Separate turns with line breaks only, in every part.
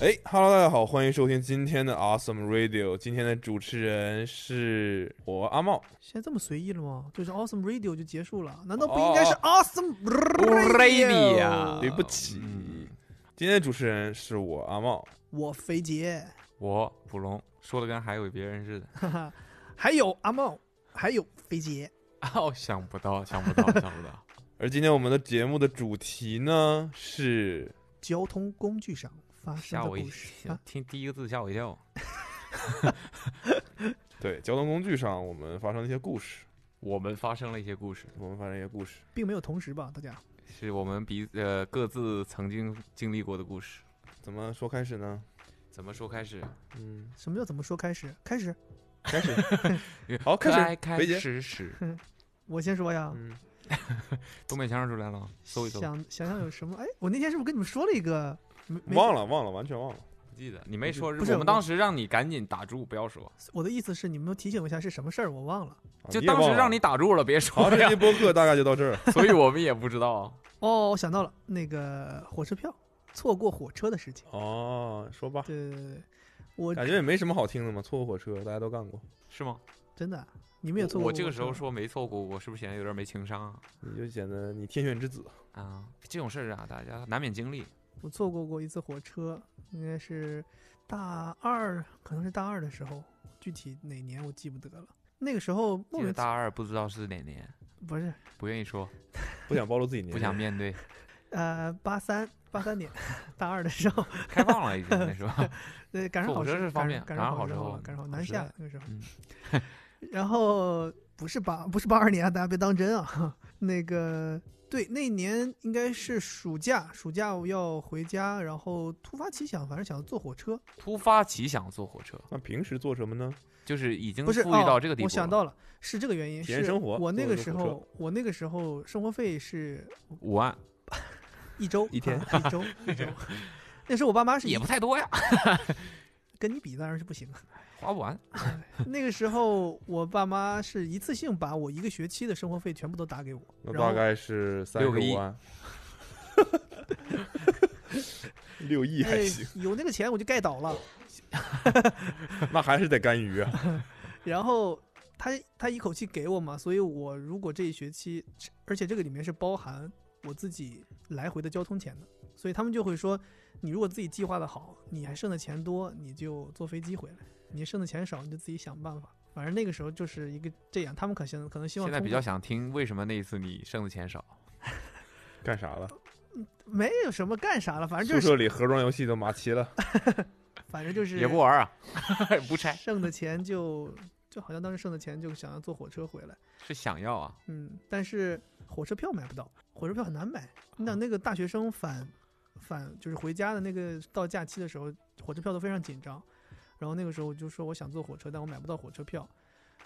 哎，Hello，大家好，欢迎收听今天的 Awesome Radio。今天的主持人是我阿茂
现在这么随意了吗？就是 Awesome Radio 就结束了，难道不应该是 Awesome
Radio 哦啊
对不起。嗯今天的主持人是我阿茂，
我肥杰，
我普龙说的跟还有别人似的。
哈哈，还有阿茂，还有肥杰，
哦，想不到，想不 到，想不到。
而今天我们的节目的主题呢是
交通工具上发生
吓
的
我一
故 事
跳
啊，，
听第一个字吓我一跳。
对交通工具上我们发生的一些故事，
我们发生了一些故事，
我们发生一些故事。
并没有同时吧？大家
是我们彼呃各自曾经经历过的故事。
怎么说开始呢？
怎么说开始？
嗯，
什么叫怎么说？开始，开始，
开 始，好，
可
开
爱
始，
开
肥姐，
始始，
我先说呀。
嗯，
东北腔出来了，搜一搜。
想想想有什么？哎，我那天是不是跟你们说了一个？没没
忘了，忘了，完全忘了。
不记得你没说，
不是
我们当时让你赶紧打住，不要说，
我的意思是，你们提醒我一下是什么事儿，我忘了。
啊
就当时让你。打住了，别
好，
说
这
呀
期。播客大概就到这儿。
所以我们也不知道。
哦，我想到了，那个火车票，错过火车的事情。
哦，说吧，
对对对对，我
感觉也没什么好听的嘛。错过火车，大家都干过，
是吗？
真的，啊你们也错过
我
火车。
这个时候说没错过，我是不是显得有点没情商啊？
你就显得你天选之子。
啊，这种事儿啊，大家难免经历。
我错过过一次火车，应该是大二，可能是大二的时候，具体哪年我记不得了。那个时候莫
记
名
得
其
大二不知道是哪年，
不是
不愿意说，
不想暴露自己年龄，
不想面 对，
呃八三八三年大二的时候，
开放了已经那时候。
对赶上
火
好
车
时
是方
赶
便
赶
赶
上
上好
时
时
候
候
了，赶上好
好
南
时
下
代
那个时候
嗯。
然后不是八不是八二年啊，大家别当真啊。那个对，那年应该是暑假，暑假我要回家，然后突发奇想，反正想坐火车，
突发奇想坐火车，
那平时做什么呢？
就是已经
不是
富裕到
哦
这个地步了。
我想到了，是这个原因。
体验
是
生活
我那
坐
个
坐
时
火车
候，我那个时候生活费是
五万
一周
一天
啊 一周一周。那时候我爸妈是一
也不太多呀，
跟你比，当然是不行了。
花不完。
那个时候我爸妈是一次性把我一个学期的生活费全部都打给我，
那
然后
大概是三
六个亿
十 万，六亿还
哎
行，
有那个钱我就盖倒了。
那还是得干鱼啊。
然后他他一口气给我嘛，所以我如果这一学期，而且这个里面是包含我自己来回的交通钱的，所以他们就会说，你如果自己计划的好，你还剩的钱多，你就坐飞机回来；你剩的钱少，你就自己想办法。反正那个时候就是一个这样，他们可能可能希望
现在
通
比较
过
想听为什么那一次你剩的钱少，
干啥了？
没有什么干啥了，反正
宿
就是
舍里盒装游戏都麻齐了，
反正就是
也不玩啊， 不拆，
剩的钱就就好像当时剩的钱就想要坐火车回来。
是想要啊。
嗯，但是火车票买不到，火车票很难买。那那个大学生返返就是回家的那个到假期的时候，火车票都非常紧张。然后那个时候我就说我想坐火车，但我买不到火车票。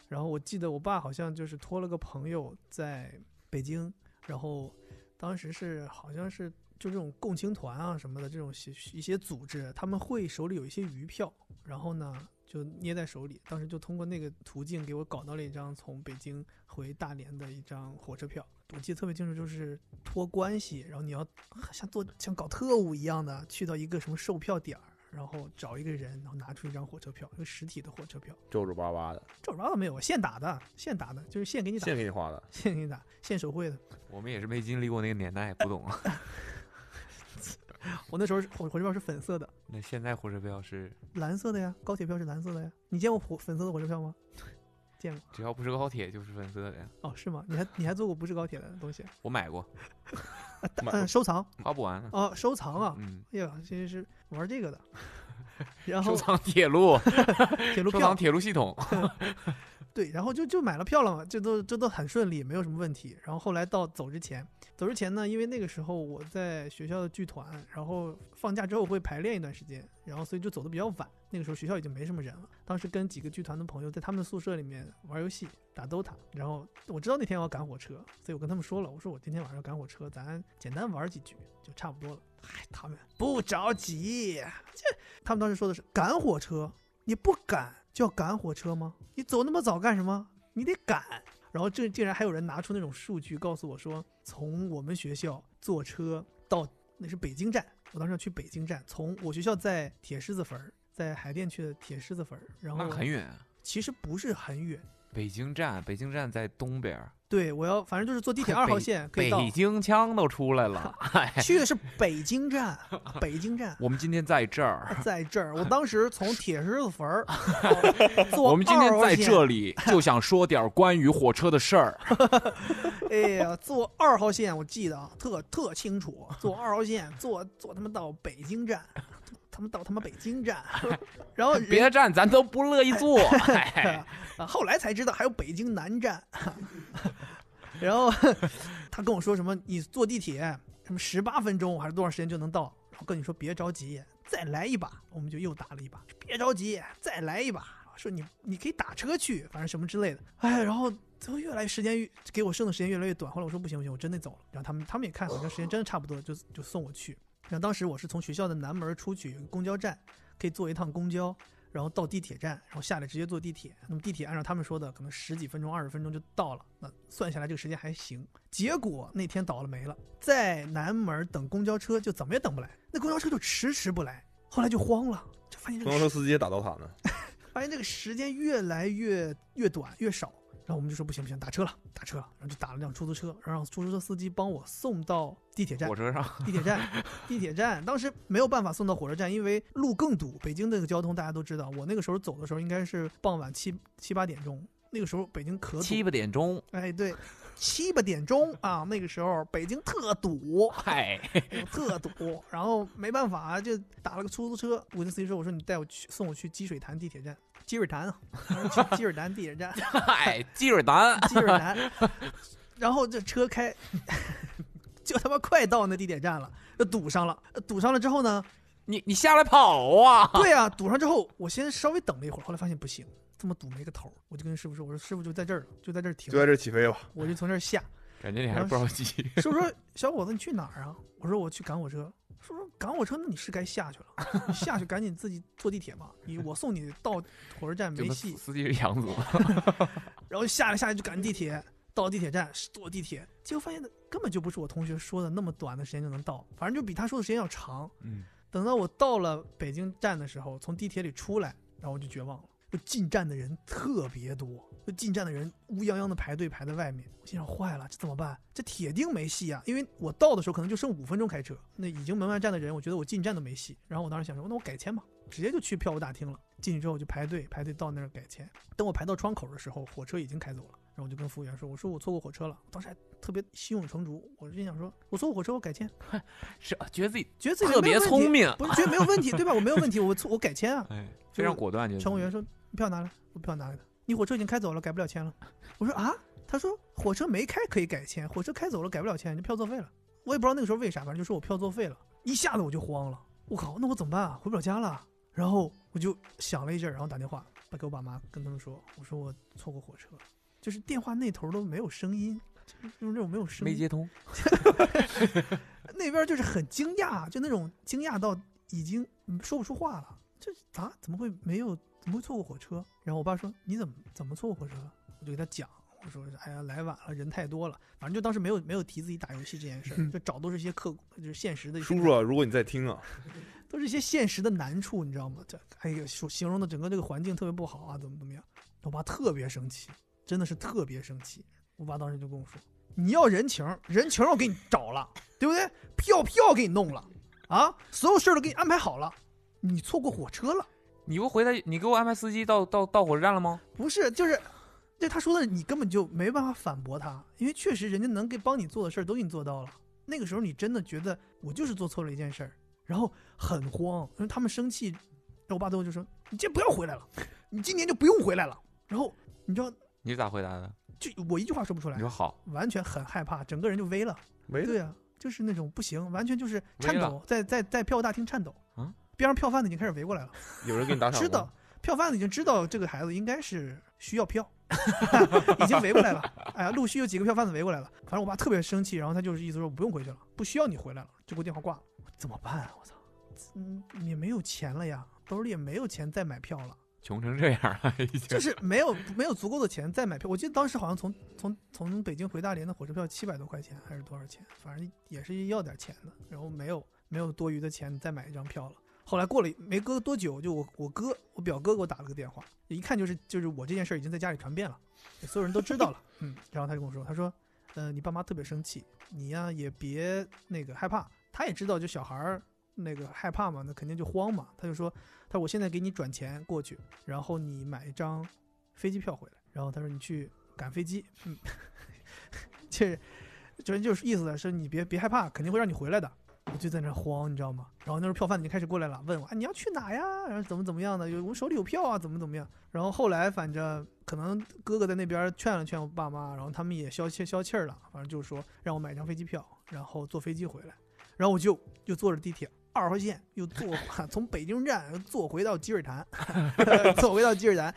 然后我记得我爸好像就是托了个朋友在北京，然后当时是好像是就这种共青团啊什么的这种些一些组织，他们会手里有一些余票，然后呢就捏在手里，当时就通过那个途径给我搞到了一张从北京回大连的一张火车票。我记得特别清楚，就是托关系，然后你要像做像搞特务一样的去到一个什么售票点儿，然后找一个人，然后拿出一张火车票，一个实体的火车票。
皱皱巴巴的，
这玩意儿没有，现打的，现打的，就是现给你打，
现给你花的。
现给你打，现手绘的。
我们也是没经历过那个年代，不懂啊。
我那时候是火火车票是粉色的，
那现在火车票是
蓝色的呀，高铁票是蓝色的呀。你见过火粉色的火车票吗？见过
只要不是高铁就是粉色的呀，
哦，是吗？你还你还坐过不是高铁的东西？
我买过，
买
嗯，收藏
花不完啊。
哦，收藏啊！
嗯，
哎呀，这是玩这 个的。然
收
后
藏铁路，
铁路
收藏
票
铁路系统，
对，然后就就买了票了嘛，这都这都很顺利，没有什么问题。然后后来到走之前，走之前呢，因为那个时候我在学校的剧团，然后放假之后会排练一段时间，然后所以就走的比较晚。那个时候学校已经没什么人了，当时跟几个剧团的朋友在他们的宿舍里面玩游戏打 DOTA，然后我知道那天我要赶火车，所以我跟他们说了，我说我今天晚上要赶火车，咱简单玩几局就差不多了。哎，他们不着急，这他们当时说的是赶火车，你不赶就要赶火车吗？你走那么早干什么？你得赶。然后这竟然还有人拿出那种数据告诉我说，从我们学校坐车到那是北京站，我当时要去北京站，从我学校在铁狮子坟儿，在海淀区的铁狮子坟儿，然后
那很远啊。
其实不是很远，
北京站，北京站在东边儿，
对我要反正就是坐地铁
北
二号线可以
北
到，
京腔都出来 了。哎，
去的是北京站，北 京站。
我们今天在这 儿，
在这儿，我当时从铁狮子坟 儿坐
我们今天
2号
在
线
这里就想说点儿关于火车的事儿。
哎呀，坐二号线，我记得啊，特特清楚，坐二号线，坐坐他妈到北京站，他们到他妈北京站， 然后人
别的站咱都不乐意 坐。哎
啊，后来才知道还有北京南站， 然后他跟我说什么，你坐地铁什么十八分钟还是多长时间就能到，然后跟你说别着急，再来一把，我们就又打了一把，别着急，再来一把，说你你可以打车去，反正什么之类的，哎，然后最后越来越时间越给我剩的时间越来越短，后来我说不行不行，我真得走了，然后他们他们也看好像时间真的差不多了，就就送我去，然后当时我是从学校的南门出去，有一个公交站可以坐一趟公交。然后到地铁站，然后下来直接坐地铁。那么地铁按照他们说的，可能十几分钟、二十分钟就到了。那算下来这个时间还行。结果那天倒了霉了，在南门等公交车就怎么也等不来，那公交车就迟迟不来。后来就慌了，就发现这
公
个
交车
时
司机也打刀塔呢。
发现这个时间越来越越短越少。然后我们就说不行不行，打车了，打车了。然后就打了辆出租车，然后让出租车司机帮我送到地铁站
火。车上
地铁站，地铁站当时没有办法送到火车站，因为路更堵。北京那个交通大家都知道，我那个时候走的时候应该是傍晚七七八点钟，那个时候北京可
七
堵。
八 点钟，
哎，对，七八点钟啊，那个时候北京特堵，
嗨，
哎呦特堵。然后没办法，啊就打了个出租车。我跟司机说：“我说你带我去，送我去积水潭地铁站。”积水潭啊， 然后去积水潭地铁站。
嗨，鸡尔丹，
基尔南，然后这车开，就他妈快到那地铁站了，就堵上了。堵上了之后呢，
你你下来跑啊！
对啊，堵上之后，我先稍微等了一会儿，后来发现不行，这么堵没个头儿，我就跟师傅说，我说师傅就在这儿了，就在这儿停
就，在这儿起飞吧，
我就从这儿下。
感觉你还是不着急。
师傅说：“小伙子，你去哪儿啊？”我说：“我去赶火车。”师傅说：“赶火车，那你是该下去了，你下去赶紧自己坐地铁吧，你我送你到火车站
这
没
个
戏。”
司机是杨子，
然后下来下来就赶地铁，到地铁站坐地铁，结果发现根本就不是我同学说的那么短的时间就能到，反正就比他说的时间要长。
嗯，
等到我到了北京站的时候，从地铁里出来，然后我就绝望了。就进站的人特别多，就进站的人乌泱泱的排队排在外面，我心想坏了，这怎么办？这铁定没戏啊！因为我到的时候可能就剩五分钟开车，那已经门外站的人，我觉得我进站都没戏。然后我当时想说，那我改签吧，直接就去票务大厅了。进去之后我就排队，排队到那儿改签。等我排到窗口的时候，火车已经开走了。然后我就跟服务员说：“我说我错过火车了。”当时还特别心有成竹，我心想说：“我错过火车，我改签，
是觉得自己
觉得自己
特别聪
明。”
明，
不是觉得没有问题对吧？我没有问题，我错我改签 啊。
哎，非常果断，觉得
乘务员说：“你票拿来，我票拿来的。你火车已经开走了，改不了签了。”我说：“啊？”他说：“火车没开可以改签，火车开走了改不了签，你票作废了。”我也不知道那个时候为啥，反正就说我票作废了。一下子我就慌了，我靠，那我怎么办啊？回不了家了。然后我就想了一阵儿，然后打电话给我爸妈，跟他们说：“我说我错过火车了，就是电话那头都没有声音，就是那种没有声
没
音。”
接通，
那边就是很惊讶，就那种惊讶到已经嗯说不出话了。这啊，怎么会没有？怎么会错过火车？然后我爸说：“你怎么怎么错过火车了？”我就给他讲，我说：“哎呀，来晚了，人太多了。”反正就当时没有没有提自己打游戏这件事儿，就找都是一些刻骨，就是现实的一些
嗯叔叔啊，如果你在听啊，
都是一些现实的难处，你知道吗？这哎呀，说形容的整个这个环境特别不好啊，怎么怎么样？我爸特别生气，真的是特别生气。我爸当时就跟我说：“你要人情，人情我给你找了，对不对？票票给你弄了，啊，所有事儿都给你安排好了，你错过火车了。
你不回来，你给我安排司机到到到火车站了吗？
不是，就是，就他说的，你根本就没办法反驳他，因为确实人家能给帮你做的事儿都给你做到了。那个时候你真的觉得我就是做错了一件事儿，然后很慌，因为他们生气，然后我爸最后就说：“你今天不要回来了，你今年就不用回来了。”然后你知道，
你是咋回答的？
就我一句话说不出来
你，说好，
完全很害怕，整个人就危了。
没
对啊，就是那种不行，完全就是
危
颤
了
抖，在在在票务大厅颤抖
啊，
边上票贩子已经开始围过来了。
有人给你打赏吗
知道，票贩子已经知道这个孩子应该是需要票，已经围过来了。哎呀，陆续有几个票贩子围过来了。反正我爸特别生气，然后他就是意思说我不用回去了，不需要你回来了，就给我电话挂了。我怎么办啊？我操，嗯，也没有钱了呀，兜里也没有钱再买票了。
穷成这样了，已经
就。是没有没有足够的钱再买票。我记得当时好像从从从北京回大连的火车票七百多块钱还是多少钱，反正也是要点钱的。然后没有没有多余的钱再买一张票了。后来过了没隔多久，就我我哥我表哥给我打了个电话，一看就是就是我这件事儿已经在家里传遍了，所有人都知道了。嗯，然后他就跟我说，他说，呃，你爸妈特别生气，你呀、也别那个害怕。他也知道就小孩儿那个害怕嘛，那肯定就慌嘛。他就说，他说我现在给你转钱过去，然后你买一张飞机票回来。然后他说你去赶飞机，嗯， 这就是就是意思呢，是你别别害怕，肯定会让你回来的。我就在那儿慌，你知道吗？然后那时候票贩子就开始过来了，问我啊你要去哪呀？然后怎么怎么样的？有我们手里有票啊，怎么怎么样？然后后来反正可能哥哥在那边劝了劝我爸妈，然后他们也消气消气儿了，反正就是说让我买一张飞机票，然后坐飞机回来。然后我就又坐着地铁二号线，又坐从北京站又坐回到积水潭， 坐回到积水潭。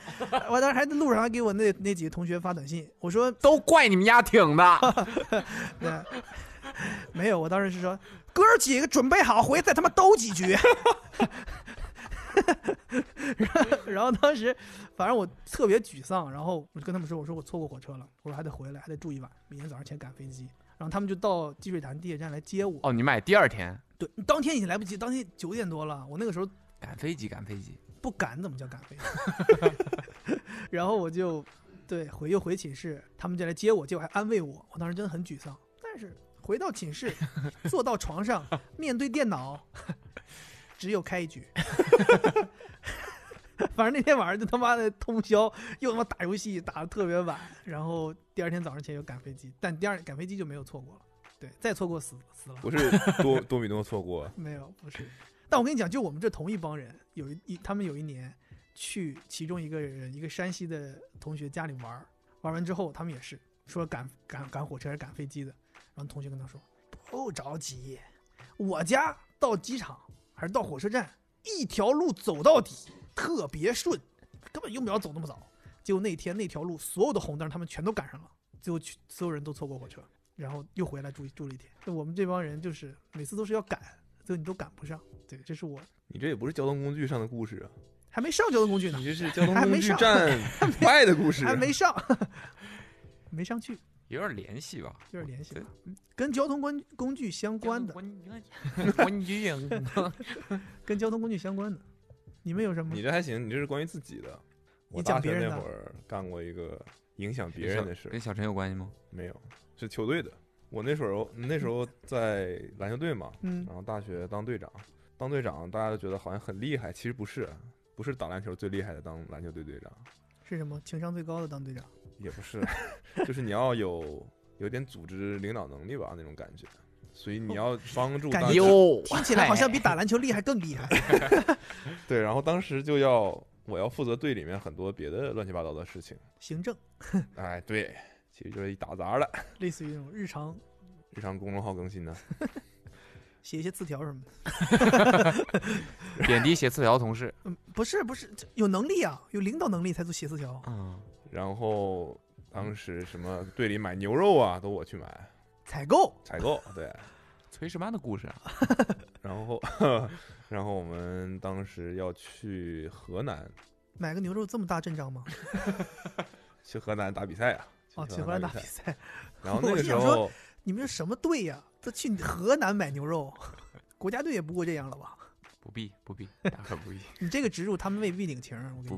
我当时还在路上还给我那那几个同学发短信，我说
都怪你们家 挺的，
对，没有，我当时是说，哥儿几个准备好，回去再他妈兜几局。 然后当时，反正我特别沮丧，然后我就跟他们说：“我说我错过火车了，我说还得回来，还得住一晚，明天早上起来赶飞机。”然后他们就到积水潭地铁站来接我。
哦，你买第二天
对，当天已经来不及，当天九点多了，我那个时候
赶飞机，赶飞机，
不敢怎么叫敢飞？ 然后我就对回又回寝室，他们就来接我，结果还安慰我，我当时真的很沮丧。但是回到寝室，坐到床上，面对电脑，只有开一局。 反正那天晚上就他妈的通宵，又他妈打游戏打的特别晚，然后第二天早上起来又赶飞机，但第二赶飞机就没有错过了，对，再错过死死了。
不是多多米诺错过，啊
没有，不是。但我跟你讲，就我们这同一帮人，有一一他们有一年去其中一个人一个山西的同学家里玩儿，玩完之后他们也是说赶赶赶火车还是赶飞机的，然后同学跟他说不着急，我家到机场还是到火车站一条路走到底，特别顺，根本用不着走那么早。结果那天那条路所有的红灯他们全都赶上了，最后去所有人都错过火车，然后又回来住住了一天。就我们这帮人就是每次都是要赶，最后你都赶不上。对，这是我
你这也不是交通工具上的故事啊，
还没上交通工具呢
你，这是交通
还没
工具
上
站外的故事，啊
还没上， 没上去，
有点联系吧？
有点联系吧，嗯跟交通工工具相关的，
关影，
跟交通工具相关的，你们有什么
你？这还行，你这是关于自己的。我
你讲
大
别
学
人
那
的
会儿干过一个影响别人的事儿
跟，小陈有关系吗？
没有，是球队的。我那时候那时候在篮球队嘛，
嗯
然后大学当队长，当队长大家都觉得好像很厉害，其实不是，不是打篮球最厉害的，当篮球队队长
是什么？情商最高的当队长，
也不是， 就是你要有有点组织领导能力吧那种感觉，所以你要帮 助
感
啊
哦
大
觉
家
哟，哎
听起来好像比打篮球厉害更厉害。
对，然后当时就要我要负责队里面很多别的乱七八糟的事情，
行政
哎，对，其实就是一打杂的，
类似于那种日常
日常公众号更新呢，
写一些字条什么的，
贬低写字条同 事，
嗯，不是不是，这有能力啊，有领导能力才做写字条。啊
嗯，
然后当时什么队里买牛肉啊都我去买。
采购
采购，对。
崔什曼的故事啊，
然后， 然后我们当时要去河南，
买个牛肉这么大阵仗吗？
去河南打比赛啊。
哦，去
去
河南打比
比赛。
赛，
然后那
我
个
就
时
想说
候，
你们这什么队呀、都去河南买牛肉，啊国家队也不过这样了吧？
不必不必，大可不必
你这个植入他们未必领情儿，啊我跟你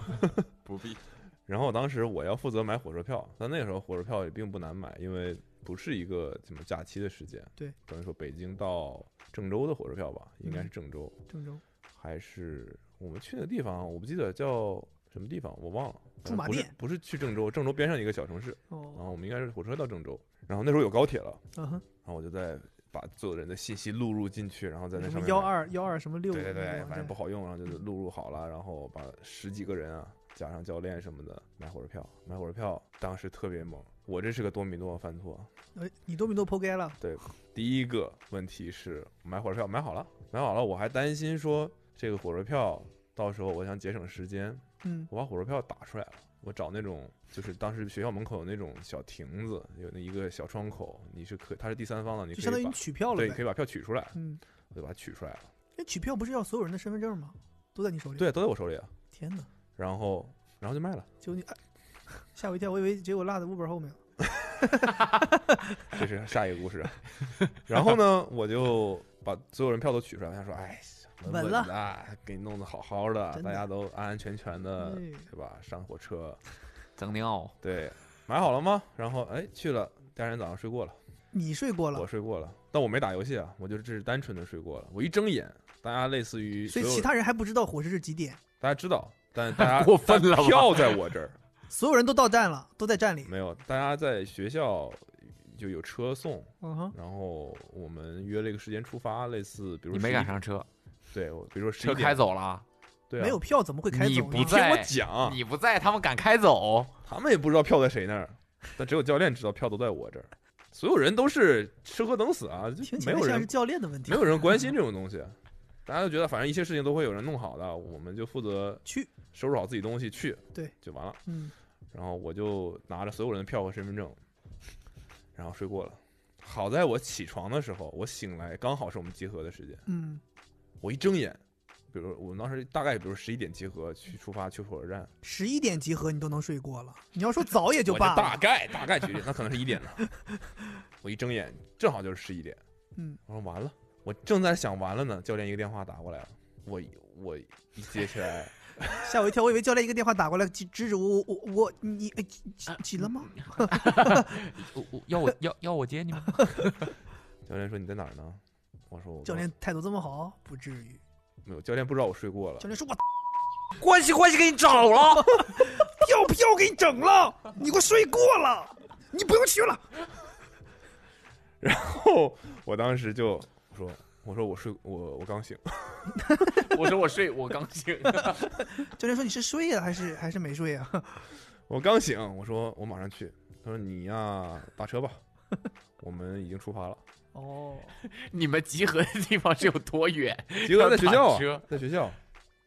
不
讲
必不必，
然后当时我要负责买火车票，但那个时候火车票也并不难买，因为不是一个什么假期的时间。
对，嗯
等于说北京到郑州的火车票吧，应该是郑州，
郑州
还是我们去的地方，我不记得叫什么地方，我忘了。反
驻
正
马
不是
店
不是去郑州，郑州边上一个小城市。然
哦，
后我们应该是火车到郑州，然后那时候有高铁了。
嗯哼，
然后我就在把所有人的信息录入进去，然后在那
什
上
么
面
幺
把，
二幺二什么六，
对对对，反正不
好，
好用，然后就是录入好了，然后把十几个人啊，加上教练什么的，买火车票，买火车票，当时特别猛。我这是个多米诺犯错，
呃你多米诺破街了，
第一个问题是买火车票买好了，买好了，我还担心说这个火车票到时候我想节省时间，
嗯，
我把火车票打出来了，我找那种就是当时学校门口有那种小亭子，有那一个小窗口，你是可它是第三方的，你
就相
可以
当于
把
你取票了
对，你可
呗，
以把票取出来，
嗯，
我就把它取出来了。
那取票不是要所有人的身份证吗？都在你手里，
对，都在我手里啊。
天哪，
然后然后就卖了，
就你、哎吓我一跳，我以为结果落在 Uber 后面了。
这是下一个故 事。然后呢，我就把所有人票都取出来，他说：“哎，稳
稳
的啊
了，
给你弄得好好的，
真的
大家都安安全全的，
哎
对吧？上火车，
整尿
对，买好了吗？然后哎去了，第二天早上睡过了，
你睡过了
我，睡过了，但我没打游戏啊，我就只是单纯的睡过了。我一睁眼，大家类似于
所以
所有
其他人还不知道火车是几点，
大家知道，但大 家
过分了吧
但票在我这儿。”
所有人都到站了，都在站里。
没有，大家在学校就有车送，
嗯哼，
然后我们约了一个时间出发，类似比如
你没赶
11，
上车，
对，我比如说十
车开，走了，
对、啊，
没有，票怎么会开走呢？
你不
听我
在
讲，
你不在，他们敢开走，
他们也不知道票在谁那儿，但只有教练知道票都在我这儿，所有人都是吃喝等死啊，就
听起
没
来
有
像是
人
教练的问题。
没有人关心这种东西，啊大家都觉得反正一切事情都会有人弄好的，我们就负责
去，
收拾好自己东西去，
对，
就完了。
嗯，
然后我就拿着所有人的票和身份证，然后睡过了。好在我起床的时候，我醒来刚好是我们集合的时间。
嗯，
我一睁眼，比如我们当时大概比如十一点集合去出发去火车站，
十一点集合你都能睡过了，你要说早也就
我
罢
大
了。
概大概决定，那可能是一点呢。我一睁眼正好就是十一点，
嗯，
我说完了，我正在想完了呢，教练一个电话打过来了，我一我一接起来，
吓我一跳，我以为教练一个电话打过来，支支支吾吾，我我你哎起
啊
起起了
嗯
吗？
我我要我要要我接你吗？
教练说你在哪儿呢？我说我
教练态度这么好，不至于。
没有，教练不知道我睡过了
教。练说我
关系关系给你找了，
票票给你整了，你给我睡过了，你不用去了。
然后 我当时就我说我说我睡我我刚醒，
我说我睡，我刚醒，
教练说你是睡呀、还是还是没睡啊呀、
我刚醒，我说我马上去。他说你呀、打车吧， 我们已经出发了。
哦，
你们集合的地方是有多远？
结果在学校
打车
啊，在学校，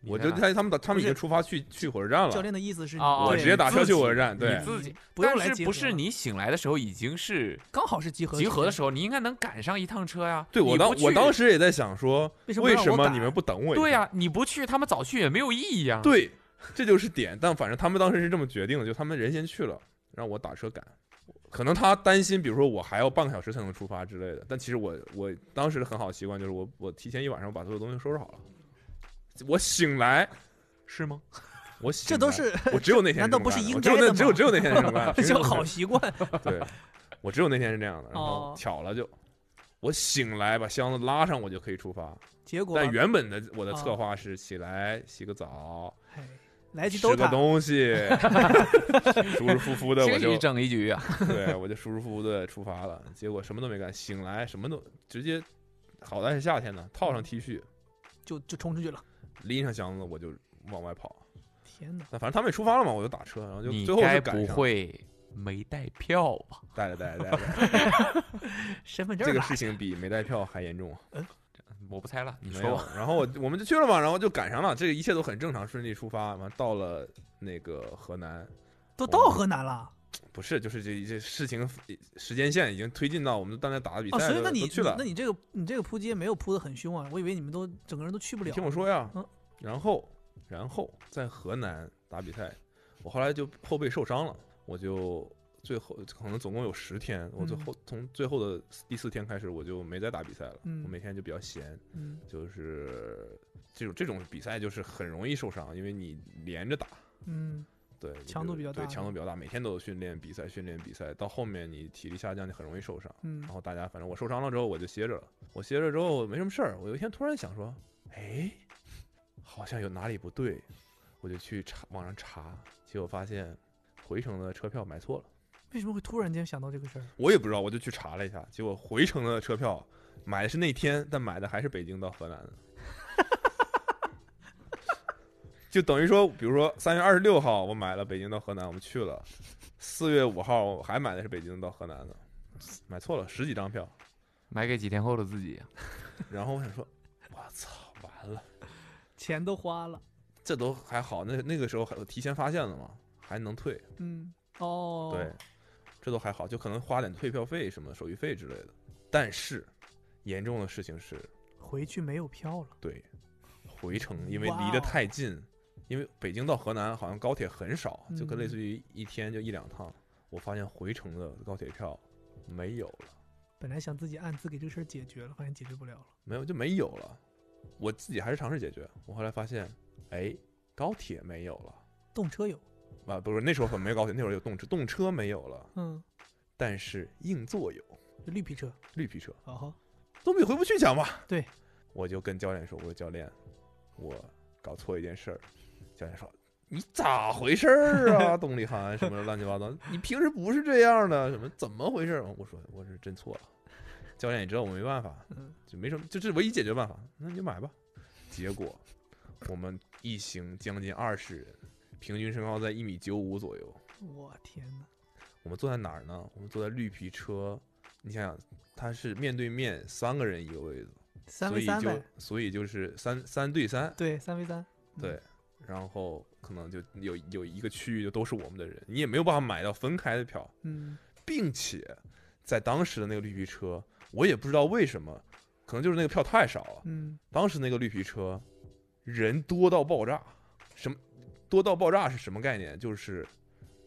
我就猜他们打他们已经出发去去火车站
教
了。
练的意思是，
啊，
我
对
直接打车去火车站对嗯
你自己
不用来
但
集
是
合
不是你醒来的时候已经是
刚好是集合
集合的
时
时候，你应该能赶上一趟车呀。
对我
你
当
不去
我当时也在想说，
为什么
为
让
什
我
么
打
你们不等我？
对、呀，你不去，他们早去也没有意义呀。
对，这就是点。但反正他们当时是这么决定的，就他们人先去了，让我打车赶。可能他担心，比如说我还要半个小时才能出发之类的。但其实我我当时的很好习惯就是我我提前一晚上把所有东西收拾好了。我醒来，
是吗？
我
候
醒
这都
来
是
我只有那天
难
是这
道
么
不是
干的
应
我只有
该
那
的
只有
吗
只有那天是这么干的，
这
谁
是
让
个
我
好习惯。
对，我只有那天是这样的，然后
哦
巧了就。我醒来，把箱子拉上，我就可以出发。
结果
但原本的我的
哦
策划是起来洗个澡，
哎来去
吃
都
个
塔，
东 西，舒舒服服的我
这
就
一整一局啊，
对我就舒舒服服的出发了。结果什么都没干，醒来什么都直接，好在是夏天呢，
嗯
套上 T 恤，
就就冲出去了。
拎上箱子我就往外跑。
天哪！
但反正他们也出发了嘛，我就打车，然后就
你
最后
该
是赶
不
上
会没带票吧？
带着带着带着，
身份证
这个
啦
事情比没带票还严重啊。
我不猜了，你
没
说
有
吧。
然后我我们就去了嘛，然后就赶上了，这个一切都很正常，顺利出发。完到了那个河南，
都到河南了。
不是，就是这这事情时间线已经推进到我们当年打的比
哦，
赛
所以
都
那你
都去了。
那你这个你这个扑街没有扑的很凶啊，我以为你们都整个人都去不
你
了。
听我说呀
嗯，
然后然后在河南打比赛，我后来就后背受伤了，我就最后可能总共有十天，我最
嗯
后从最后的第四天开始我就没再打比赛了，
嗯
我每天就比较闲，
嗯，
就是这种这种比赛就是很容易受伤，因为你连着打。
嗯
对，就
强
是
度比较
对
大
强度比较大，每天都有训练比赛，训练比赛，到后面你体力下降，你很容易受伤。
嗯
然，后大家反正我受伤了之后我就歇着了，我歇着之后没什么事儿，我有一天突然想说，哎，好像有哪里不对，我就去查网上查，结果发现回程的车票买错了，
为什么会突然间想到这个事儿？
我也不知道，我就去查了一下，结果回程的车票买的是那天，但买的还是北京到河南的。就等于说，比如说三月二十六号我买了北京到河南，我们去了；四月五号我还买的是北京到河南的，买错了十几张票。
买给几天后的自己，
然后我想说，我操，完了，
钱都花了。
这都还好，那那个时候还提前发现了嘛，还能退，
嗯，哦，
对，，这都还好，就可能花点退票费什么手续费之类的。但是，严重的事情是，
回去没有票了。
对，回程因为离
哇
得
哦
太近，因为北京到河南好像高铁很少，就跟
嗯
类似于一天就一两趟。我发现回程的高铁票没有了，
本来想自己暗自给这个事儿解决了，发现解决不了了。
没有就没有了。我自己还是尝试解决，我后来发现，哎，高铁没有了
动车有，
啊，不是那时候可没有高铁，那会儿有动车，动车没有了，
嗯，
但是硬座有
就绿皮车，
绿皮车。
哦，
总比回不去强吧？
对，
我就跟教练说，我说教练，我搞错一件事儿。教练说，你咋回事儿啊？ 董立涵什么乱七八糟，你平时不是这样的，什么怎么回事儿？我说我是真错了。教练也知道我没办法，
嗯，
就没什么，就这是唯一解决办法，那你就买吧。结果我们一行将近二十人，平均身高在一米九五左右。
我天哪，
我们坐在哪儿呢？我们坐在绿皮车，你想想，它是面对面三个人一个位子。
三
所
为
以
三
就
呗，
所以就是三三对三，
对，三为三，嗯
对，然后可能就有有一个区域就都是我们的人，你也没有办法买到分开的票，
嗯，
并且在当时的那个绿皮车，我也不知道为什么，可能就是那个票太少了，
嗯，
当时那个绿皮车人多到爆炸，什么多到爆炸是什么概念？就是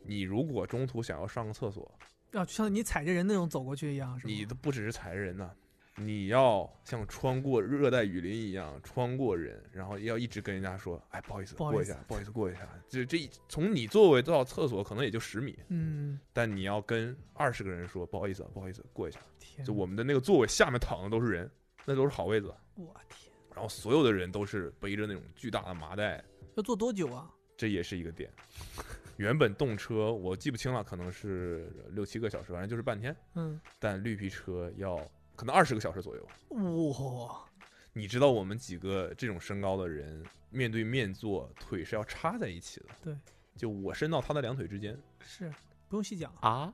你如果中途想要上个厕所，
要、啊就像你踩着人那种走过去一样，是吗？
你都不只是踩着人呐、你要像穿过热带雨林一样穿过人，然后要一直跟人家说：“哎，不好意思，
不好
过
意
一下，不好意思，过一下。这”这一从你座位到厕所可能也就十米，
嗯，
但你要跟二十个人说：“不好意思啊，不好意思，过一下。”
天，
就，我们的那个座位下面躺的都是人，那都是好位子，
我天，
然后所有的人都是背着那种巨大的麻袋，
要坐多久啊？
这也是一个点。 原本动车我记不清了，可能是六七个小时，反正就是半天。
嗯，
但绿皮车要可能二十个小时左右。
哇，
你知道我们几个这种身高的人面对面坐，腿是要插在一起的。
对，
就我伸到他的两腿之间，
是不用细讲，
啊，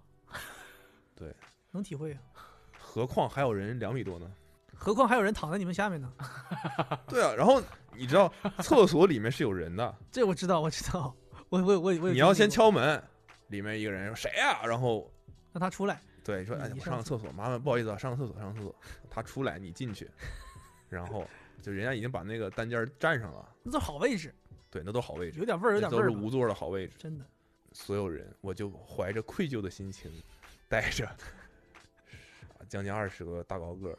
能体会啊。
何况还有人两米多呢。
何况还有人躺在你们下面呢，
对啊，然后你知道厕所里面是有人的，
这我知道，我知道，我我 我我有
你要
经
先
历过，
敲门，里面一个人说谁呀、然后
让他出来，
对你说
你
哎我
上
上个厕所，麻烦不好意思啊，上个厕所上个厕所，他出来你进去，然后就人家已经把那个单间儿占上了，
那这好位置，
对，那都好位置，
有点味儿，有
那
点味
都是
儿吧，
无座的好位置。
真的，
所有人，我就怀着愧疚的心情，带着 将近二十个大高个儿，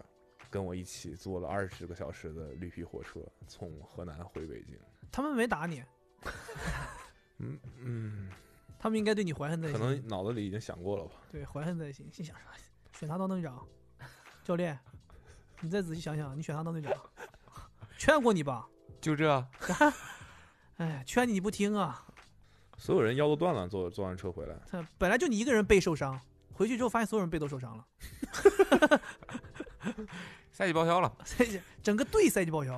跟我一起坐了二十个小时的绿皮火车，从河南回北京。
他们没打你，
嗯嗯，
他们应该对你怀恨在
可
心，
能脑子里已经想过了吧。
对怀恨在心，心想说选他当队长，教练，你再仔细想想，你选他当队长，劝过你吧，
就这，
哎，劝你你不听啊，
所有人腰都断了，坐坐完车回来，
他本来就你一个人背受伤，回去之后发现所有人背都受伤了，
赛季报销了，
所以整个队赛季报销，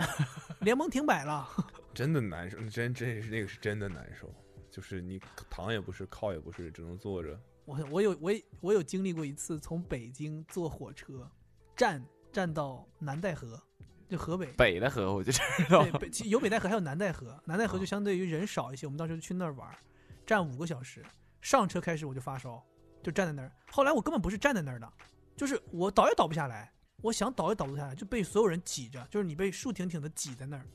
联盟停摆了，
真的难受，真真是那个是真的难受，就是你躺也不是，靠也不是，只能坐着。
我我有我也我有经历过一次从北京坐火车站站到南戴河，就 河北。
北的河我就知
哦
道
对，，北其有北戴河，还有南戴河。南戴河就相对于人少一些，我们当时去那儿玩儿，站五个小时，上车开始我就发烧，就站在那儿。后来我根本不是站在那儿的，就是我倒也倒不下来，我想倒也倒不下来，就被所有人挤着，就是你被竖挺挺的挤在那儿，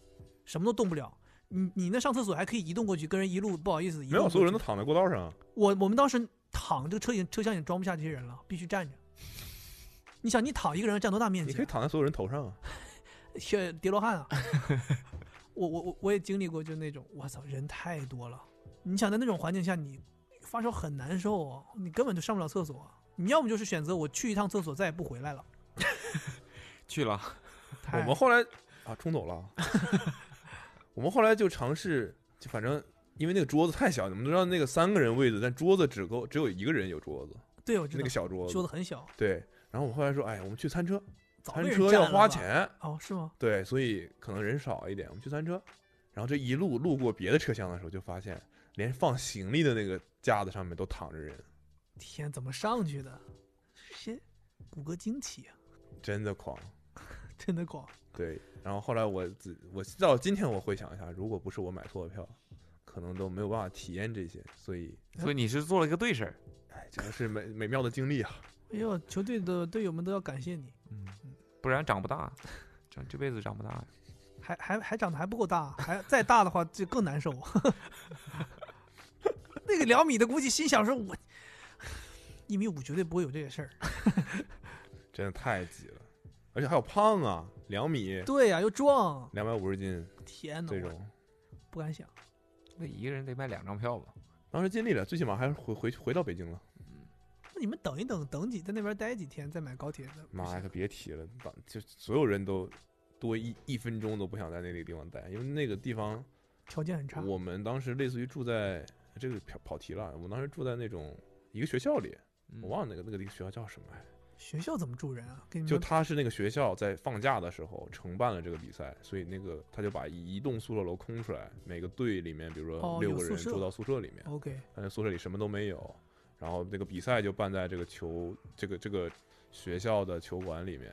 什么都动不了。你你那上厕所还可以移动过去，跟人一路不好意思，移
没有，
动
所有人
过去
都躺在过道上，啊
我我们当时躺，这个车已经车厢已经装不下这些人了，必须站着。你想，你躺一个人占多大面
你
积
可以
啊？
躺在所有人头上啊。
是叠罗汉啊！我我我我也经历过，就那种我操，人太多了。你想在那种环境下，你发烧很难受啊，你根本就上不了厕所。啊你要么就是选择我去一趟厕所再也不回来了。
去了，
我
太
们后来啊 冲走了，我们后来就尝试，就反正因为那个桌子太小，你们都知道那个三个人位置，但桌子只够只有一个人有桌子，
对我
就
知
那
道
个，小桌
说
子。
的很小，
对，然后我们后来说，哎，我们去餐车，
早被
餐
人
车要
占了
花
吧。
钱，
哦，是吗？
对，所以可能人少一点，我们去餐车。然后这一路路过别的车厢的时候，就发现连放行李的那个架子上面都躺着人，
天，怎么上去的？这些骨骼惊奇啊，
真的狂。
真的狂！
对，然后后来我自我到今天我回想一下，如果不是我买错了票，可能都没有办法体验这些，所以
所以你是做了一个对事儿，
哎，这个是美美妙的经历啊！
哎呦，球队的队友们都要感谢你。
嗯，不然长不大，长这辈子长不大呀。
还还还长得还不够大，还再大的话就更难受。 那个两米的估计心想说我，一米五绝对不会有这个事儿。
真的太挤了，而且还有胖啊，两米
对呀、又壮，
两百五十斤
天哪，
这
我
种，
不敢想。
那一个人得买两张票吧？
当时尽力了，最起码还是回回回到北京了。
那你们等一等，等几在那边待几天再买高铁的。
妈呀，可别提了，当就所有人都多一一分钟都不想在那个地方待，因为那个地方
条件很差。
我们当时类似于住在这个跑跑题了，我们当时住在那种一个学校里，
嗯
我忘了那个那个地学校叫什么，哎
学校怎么住人啊？给你
就
们
他是那个学校在放假的时候承办了这个比赛，所以那个他就把一一栋宿舍楼空出来，每个队里面比如
哦
说六
有
个
宿
人
舍哦
住到宿舍里面，
OK，
但是宿舍里什么都没有，然后那个比赛就办在这个球这个这个学校的球馆里面，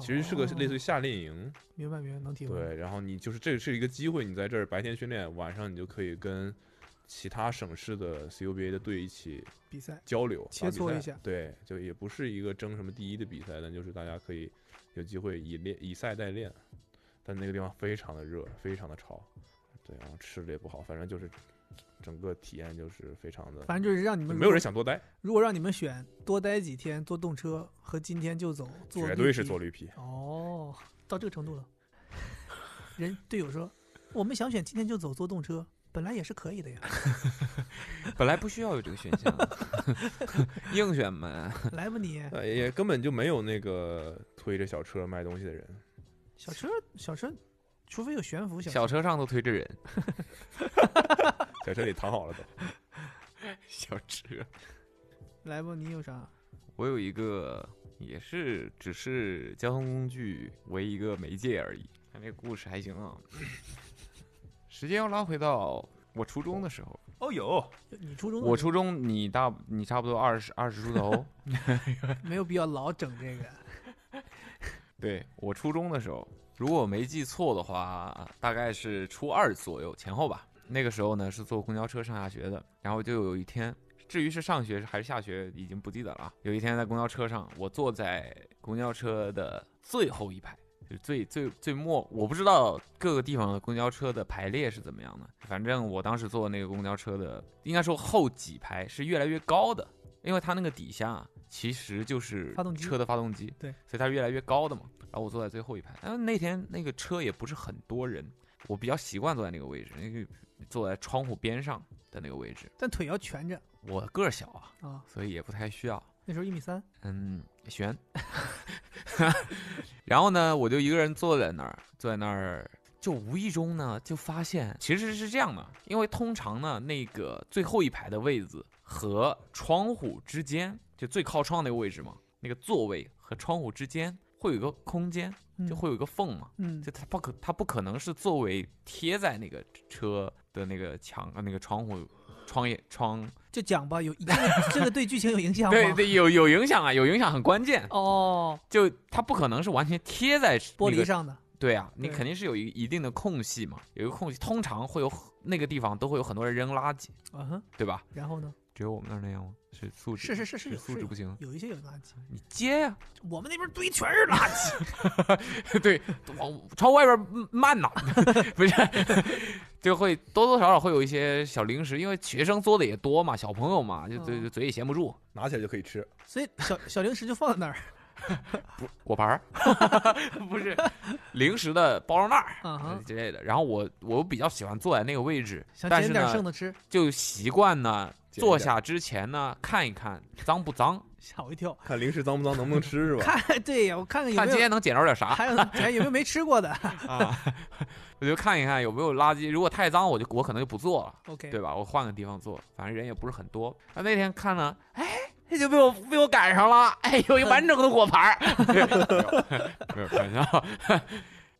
其实是个类似于
于
夏令营。
哦明白明白能体会。
对，然后你就是这个是一个机会，你在这儿白天训练，晚上你就可以跟其他省市的 CUBA 的队一起
比赛
交流，
切
打比
磋
赛
一下
对，就也不是一个争什么第一的比赛，但就是大家可以有机会以练以赛代练。但那个地方非常的热，非常的潮，对，然后吃的也不好，反正就是整个体验就是非常的，
反正就是让你
就
们
没有人想多待，
如果让你们选多待几天坐动车和今天就走，坐
绝
绿
对是
皮
做绿皮。
哦，到这个程度了。人队友说，我们想选今天就走坐动车，本来也是可以的呀，
嗯本来不需要有这个选项， 硬选嘛。
来吧你。
呃，也根本就没有那个推着小车卖东西的人，
小车小车，除非有悬浮小
小车上都推着人，
小车里躺好了都。
小车。
来吧你有啥？
我有一个也是只是交通工具为一个媒介而已。看这个故事还行啊。时间要拉回到我初中的时候，
哦，有，
你初中的
我
时
初中你大你差不多二十二十出头，
候没有必要老整这个，
对我初中的时候，如果我没记错的话，大概是初二左右前后吧。那个时候呢是坐公交车上下学的，然后就有一天，至于是上学还是下学已经不记得了。啊。有一天在公交车上，我坐在公交车的最后一排。就是最最最末，我不知道各个地方的公交车的排列是怎么样的。反正我当时坐那个公交车的，应该说后几排是越来越高的，因为它那个底下啊其实就是
发动机
车的发动机，
对，
所以它是越来越高的嘛。然后我坐在最后一排，但那天那个车也不是很多人，我比较习惯坐在那个位置，因为坐在窗户边上的那个位置。
但腿要蜷着
我个儿小啊，
啊。
所以也不太需要。
那时候一米三，
嗯，悬。 然后呢，我就一个人坐在那儿，坐在那儿，就无意中呢，就发现其实是这样的，因为通常呢，那个最后一排的位子和窗户之间，就最靠窗那个位置嘛，那个座位和窗户之间会有一个空间，
嗯
就会有一个缝嘛。
嗯
就它不可，它不可能是座位贴在那个车的那个墙、呃那个窗户、窗眼窗。
就讲吧，有一定这个对剧情有影响吗？
对对，有有影响啊，有影响，很关键。
哦，
就它不可能是完全贴在
玻
那
璃。
个
上的，
对啊，你
对
肯定是有一一定的空隙嘛，有一个空隙，通常会有那个地方都会有很多人扔垃圾，
嗯哼，
对吧？
然后呢？
只有我们那儿那样吗？是素质，
是是是是有
素
是
质
有
不行，
有一些有垃圾，
你接呀、
我们那边堆全是垃圾。
对，往朝外边嗯漫呐， 不是，就会多多少少会有一些小零食，因为学生做的也多嘛，小朋友嘛，就
嗯
对，就嘴也闲不住，
拿起来就可以吃。
所以小小零食就放在 那儿
果盘儿， 不是零食的包装袋儿
啊哈，
之类的。然后我我比较喜欢坐在那个位置，
想
但
捡
是
点剩
呢，
的吃，
就习惯呢
捡一
坐
点
下之前呢看一看脏不脏，
吓我一跳。
看零食脏不脏，能不能吃是吧？
看，对呀，我看看有
看今
没有，
天能捡着点啥
还 有还有没有没吃过的
啊， 我就看一看有没有垃圾。如果太脏，我就我可能就不坐了。
？OK，
对吧？我换个地方坐，反正人也不是很多。啊，那天看呢，哎，这就被我被我赶上了，哎，有一完整的果 盘儿，没有没有开玩笑。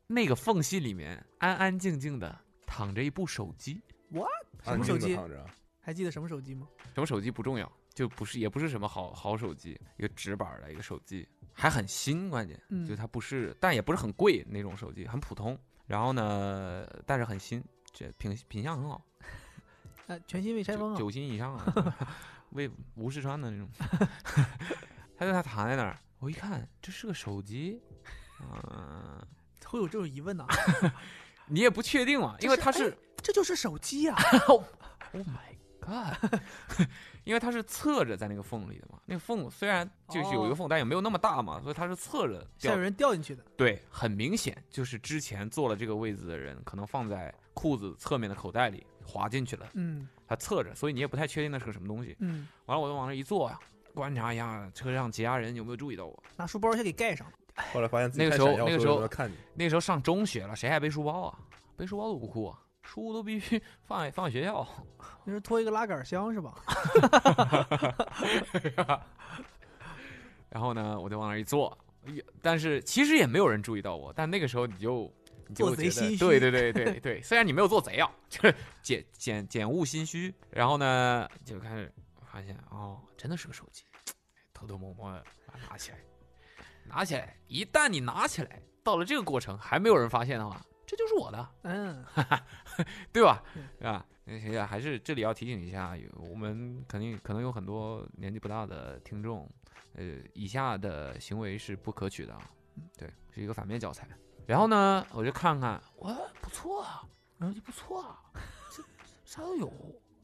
那个缝隙里面安安静静的躺着一部手机，
什么
按
手
镜子
机
躺着啊，
还记得什么手机吗？
什么手机不重要，就不是也不是什么好好手机，一个直板儿的一个手机，还很新，关键
嗯
就它不是，但也不是很贵那种手机，很普通。然后呢，但是很新，这品品相很好，
呃，全新未拆封
九
啊。
九星以上啊， 为无视穿的那种。 他就他躺在那儿，我一看这是个手机，嗯、
会有这种疑问呐、
你也不确定 啊嘛，因为它
这是
是
这就是手机呀、
，Oh my
哎
God，因为 它是侧着在那个缝里的嘛，那个缝虽然就是有一个
哦
缝，但也没有那么大嘛，所以它是侧着
像
掉
有人掉进去的。
对，很明显就是之前坐了这个位子的人，可能放在裤子侧面的口袋里滑进去了，
嗯
他侧着，所以你也不太确定那是个什么东西。
嗯，
完了，我就往那一坐呀，观察一下车上其他人有没有注意到我。
拿书包先给盖上。
后来发现自己
那
太
个时候
闪耀，
那
所
个时
有
候
人都看你。
那时候上中学了，谁还背书包啊？背书包都不酷啊，书都必须放在放在学校。啊
你是拖一个拉杆箱是吧？
然后呢，我就往那儿一坐，也但是其实也没有人注意到我。但那个时候你就你就
做
会
贼
觉得
心虚
对对对对对，虽然你没有做贼啊，就是捡捡捡物心虚。然后呢，就开始发现哦，真的是个手机，偷偷摸摸的把它拿起来，拿起来。一旦你拿起来，到了这个过程还没有人发现的话，这就是我的。
嗯，
对吧
嗯？
啊，那谁啊，还是这里要提醒一下，有我们肯定可能有很多年纪不大的听众，呃，以下的行为是不可取的啊，对，是一个反面教材。然后呢，我就看看，哇，不错啊，然后就不错啊，这啥都有，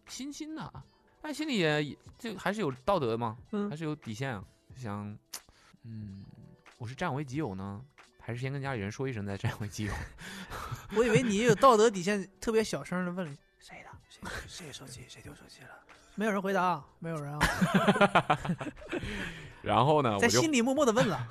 新新的啊，但心里也这还是有道德嘛，
嗯
还是有底线啊，就想，嗯，我是占为己有呢，还是先跟家里人说一声再占为己有？
我以为你有道德底线，特别小声的问了一句 谁的？谁谁手
嗯
机？谁丢手机了？没有人回答啊，没有人啊，
然后啊呢，我
在
就
心里默默的问了。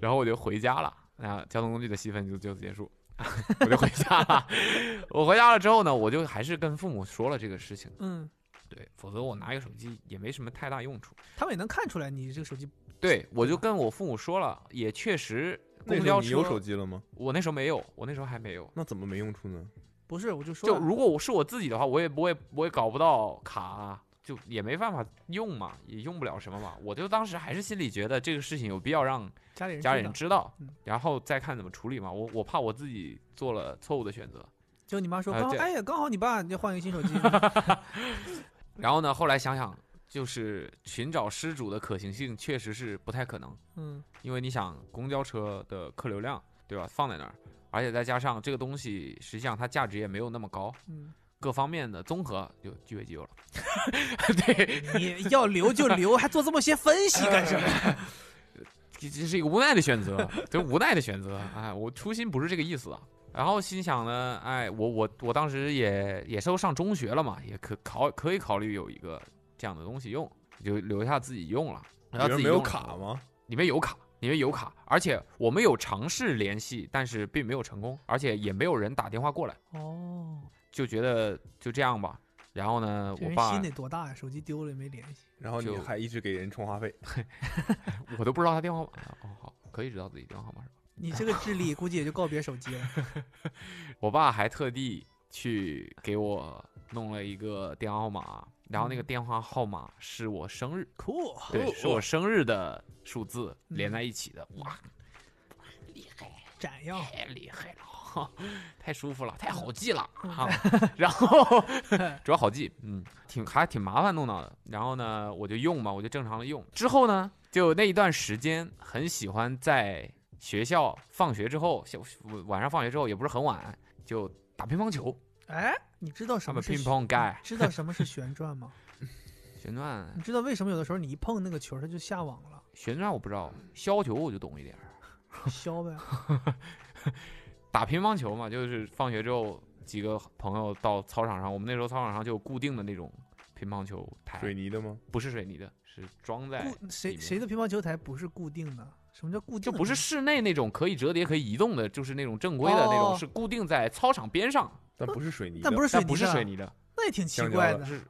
然后我就回家了，啊，交通工具的戏份就就此结束， 我就回家了。 我回家了之后呢，我就还是跟父母说了这个事情，
嗯，
对，否则我拿一个手机也没什么太大用处。
他们也能看出来你这个手机。
对，我就跟我父母说了，也确实
那
公
时候
交
你
车，
有手机了吗？
我那时候没有，我那时候还没有。
那怎么没用处呢？
不是，我就说
就
了
如果我是我自己的话，我也不会，我也搞不到卡、啊就也没办法用嘛，也用不了什么嘛。我就当时还是心里觉得这个事情有必要让
家里人
家
知
里人
道
知道
嗯，
然后再看怎么处理嘛。我我怕我自己做了错误的选择。
就你妈说，
啊
刚好
这
哎呀，刚好你爸要换一个 新手机，嗯
然后呢，后来想想，就是寻找失主的可行性确实是不太可能，
嗯，
因为你想公交车的客流量，对吧？放在那儿，而且再加上这个东西，实际上它价值也没有那么高，
嗯，
各方面的综合就据为己有了。对，
你要留就留，还做这么些分析干什 么？
这这是一个无奈的选择，这是无奈的选择。哎，我初心不是这个意思啊。然后心想呢，哎，我我我当时也也是上中学了嘛，也可考可以考虑有一个这样的东西用，就留下自己用了。然
里
后
面
自己
没有
用了
卡吗？
里面有卡，里面有卡，而且我们有尝试联系，但是并没有成功，而且也没有人打电话过来，
哦，
就觉得就这样吧。然后呢，
这
我
人
爸
心得多大呀？手机丢了也没联系，
然后你
就
还一直给人充话费，
我都不知道他电话号码。哦，好，可以知道自己电话号码是吧？
你这个智力估计也就告别手机了。
我爸还特地去给我弄了一个电话号码，然后那个
嗯
电话号码是我生日，
酷，
对，是我生日的数字
嗯
连在一起的，哇，
展耀，
太厉害了， 太舒服了，太好记了
嗯
啊！ 然后主要好记，嗯，挺还挺麻烦弄到的。然后呢，我就用嘛，我就正常的用。之后呢，就那一段时间很喜欢在学校放学之后，下晚上放学之后也不是很晚，就打乒乓球。
哎，你知道什
他
么
们
是嗯
乒乓盖
你知道什么是旋转吗？
旋转，
你知道为什么有的时候你一碰那个球它就下网 了？
旋转我不知道，削球我就懂一点儿。哎
削呗，
打乒乓球嘛，就是放学之后几个朋友到操场上，我们那时候操场上就有固定的那种乒乓球台，
水泥的吗？
不是水泥的，是装在
固
里
谁
面
谁的乒乓球台不是固定的？什么叫固定
就
的呢？
不是室内那种可以折叠、可以移动的，就是那种正规的那种，
哦
是固定在操场边上，
但不是水泥的，
但不是水
但
泥，
不是水，泥的，
那也挺奇
橡胶
怪
的
的。
是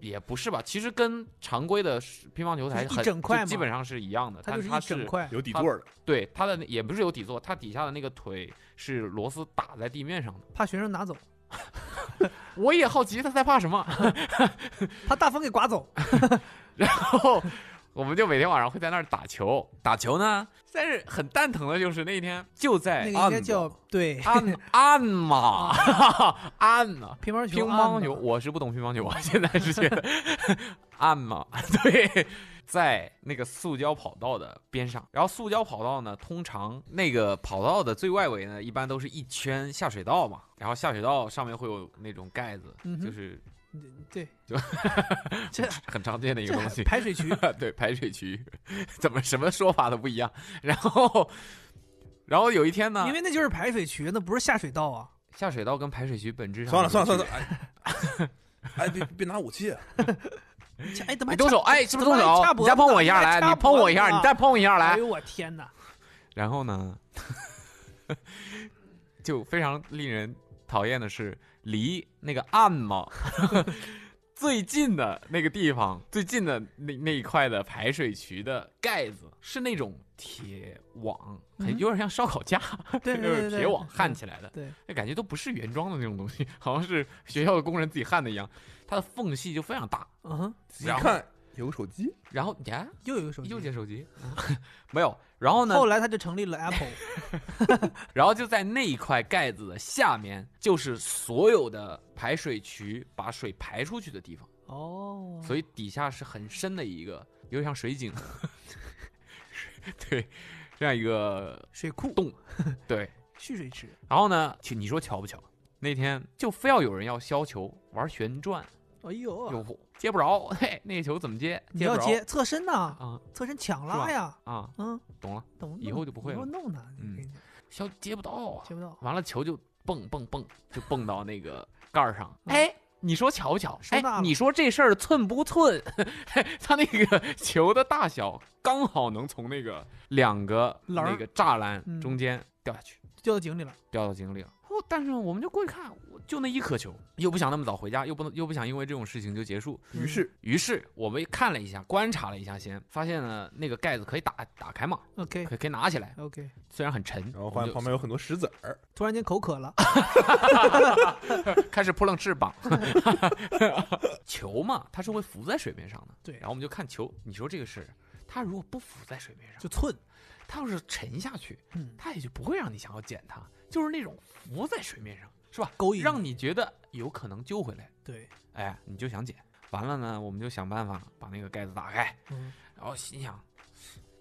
也不是吧？其实跟常规的乒乓球台
就是一
很
整块
就
嘛
基本上是一样的，
它
但
就是是
它
一
是
整块，
有底
它
座的。
对它的那也不是有底座，它底下的那个腿是螺丝打在地面上的。
怕学生拿走，
我也好奇他在怕什么，
怕大风给刮走。
然后我们就每天晚上会在那儿打球，打球呢，但是很蛋疼的就是那一天就
那
在
个应
暗
该叫对
暗暗嘛 暗啊呢。
乒乓球。
乒乓球，，我是不懂乒乓球，我现在是觉得 暗嘛，对，在那个塑胶跑道的边上。然后塑胶跑道呢，通常那个跑道的最外围呢，一般都是一圈下水道嘛。然后下水道上面会有那种盖子，
嗯哼
就是
对，
就
这
很常见的一个
这
东西。
排水渠
对排水渠，怎么什么说法都不一样。然后，然后有一天呢，
因为那就是排水渠，那不是下水道啊。
下水道跟排水渠本质上
算了算了
没有
算了，哎，哎，别别拿武 器，
切哎，他
区别，
妈
你动手，哎，是不是动
怎么还
手
掐？
你
脖子
再碰我一
呢
下
你还
来，
掐
你碰
脖
我一下，
子
你
呢
再碰我一下来
哎。呦我天 哪！
然后呢， 就非常令人讨厌的是，离那个岸嘛 最近的那个地方，最近的那那一块的排水渠的盖子是那种铁网，很
嗯哼
有点像烧烤架，
对
就
对对
是
对，
铁网
嗯
焊起来的。
对，
那哎感觉都不是原装的那种东西， 好像是学校的工人自己焊的一样，它的缝隙就非常大。
嗯哼，
你
然后
看有个手机，
然后你看，
又有一个手机。
又捡手机， 没有。然后呢？
后来他就成立了 Apple，
然后就在那一块盖子的下面，就是所有的排水渠把水排出去的地方，
哦，
所
以
以底下是很深的一个，有点像水井， 对，这样一个
水库
洞对。
蓄水池，
然后呢，其你说巧不巧？那天就非要有人要削球玩旋转，
哎呦，
哟呼，接不着，嘿，那球怎么接？
你
接不
要
着
接侧身呐，
啊
侧身抢
是吧
拉呀，
啊，
嗯，
懂了，
懂
以后就不会
以后
了
弄的，
嗯
给你
削接不到啊，
接不到。
完了球就蹦蹦蹦，就蹦到那个盖儿上。哎，你说巧不巧？
嗯说
哎
大了，
你说这事儿寸不寸？ 他那个球的大小刚好能从那个两个
篮儿
那个栅栏
嗯
中间掉下去，
掉到井里了，
掉到井里了。哦，但是我们就过去看，我就那一颗球，又不想那么早回家，又不能又不想因为这种事情就结束。
于是
于是我们看了一下，观察了一下先，发现呢那个盖子可以打打开嘛，
OK
可以可以拿起来，
OK，
虽然很沉。
然后
我
发
们
现
就
旁边有很多石子儿，
突然间口渴 了，
开始扑棱翅膀。球嘛，它是会浮在水面上的。
对
然后我们就看球，你说这个事儿，它如果不浮在水面上，
就寸，
它要是沉下去，
嗯，
它也就不会让你想要捡它，就是那种浮在水面上，是吧？
勾引
让你觉得有可能救回来，
对，
哎，你就想捡。完了呢，我们就想办法把那个盖子打开，
嗯，
然后心想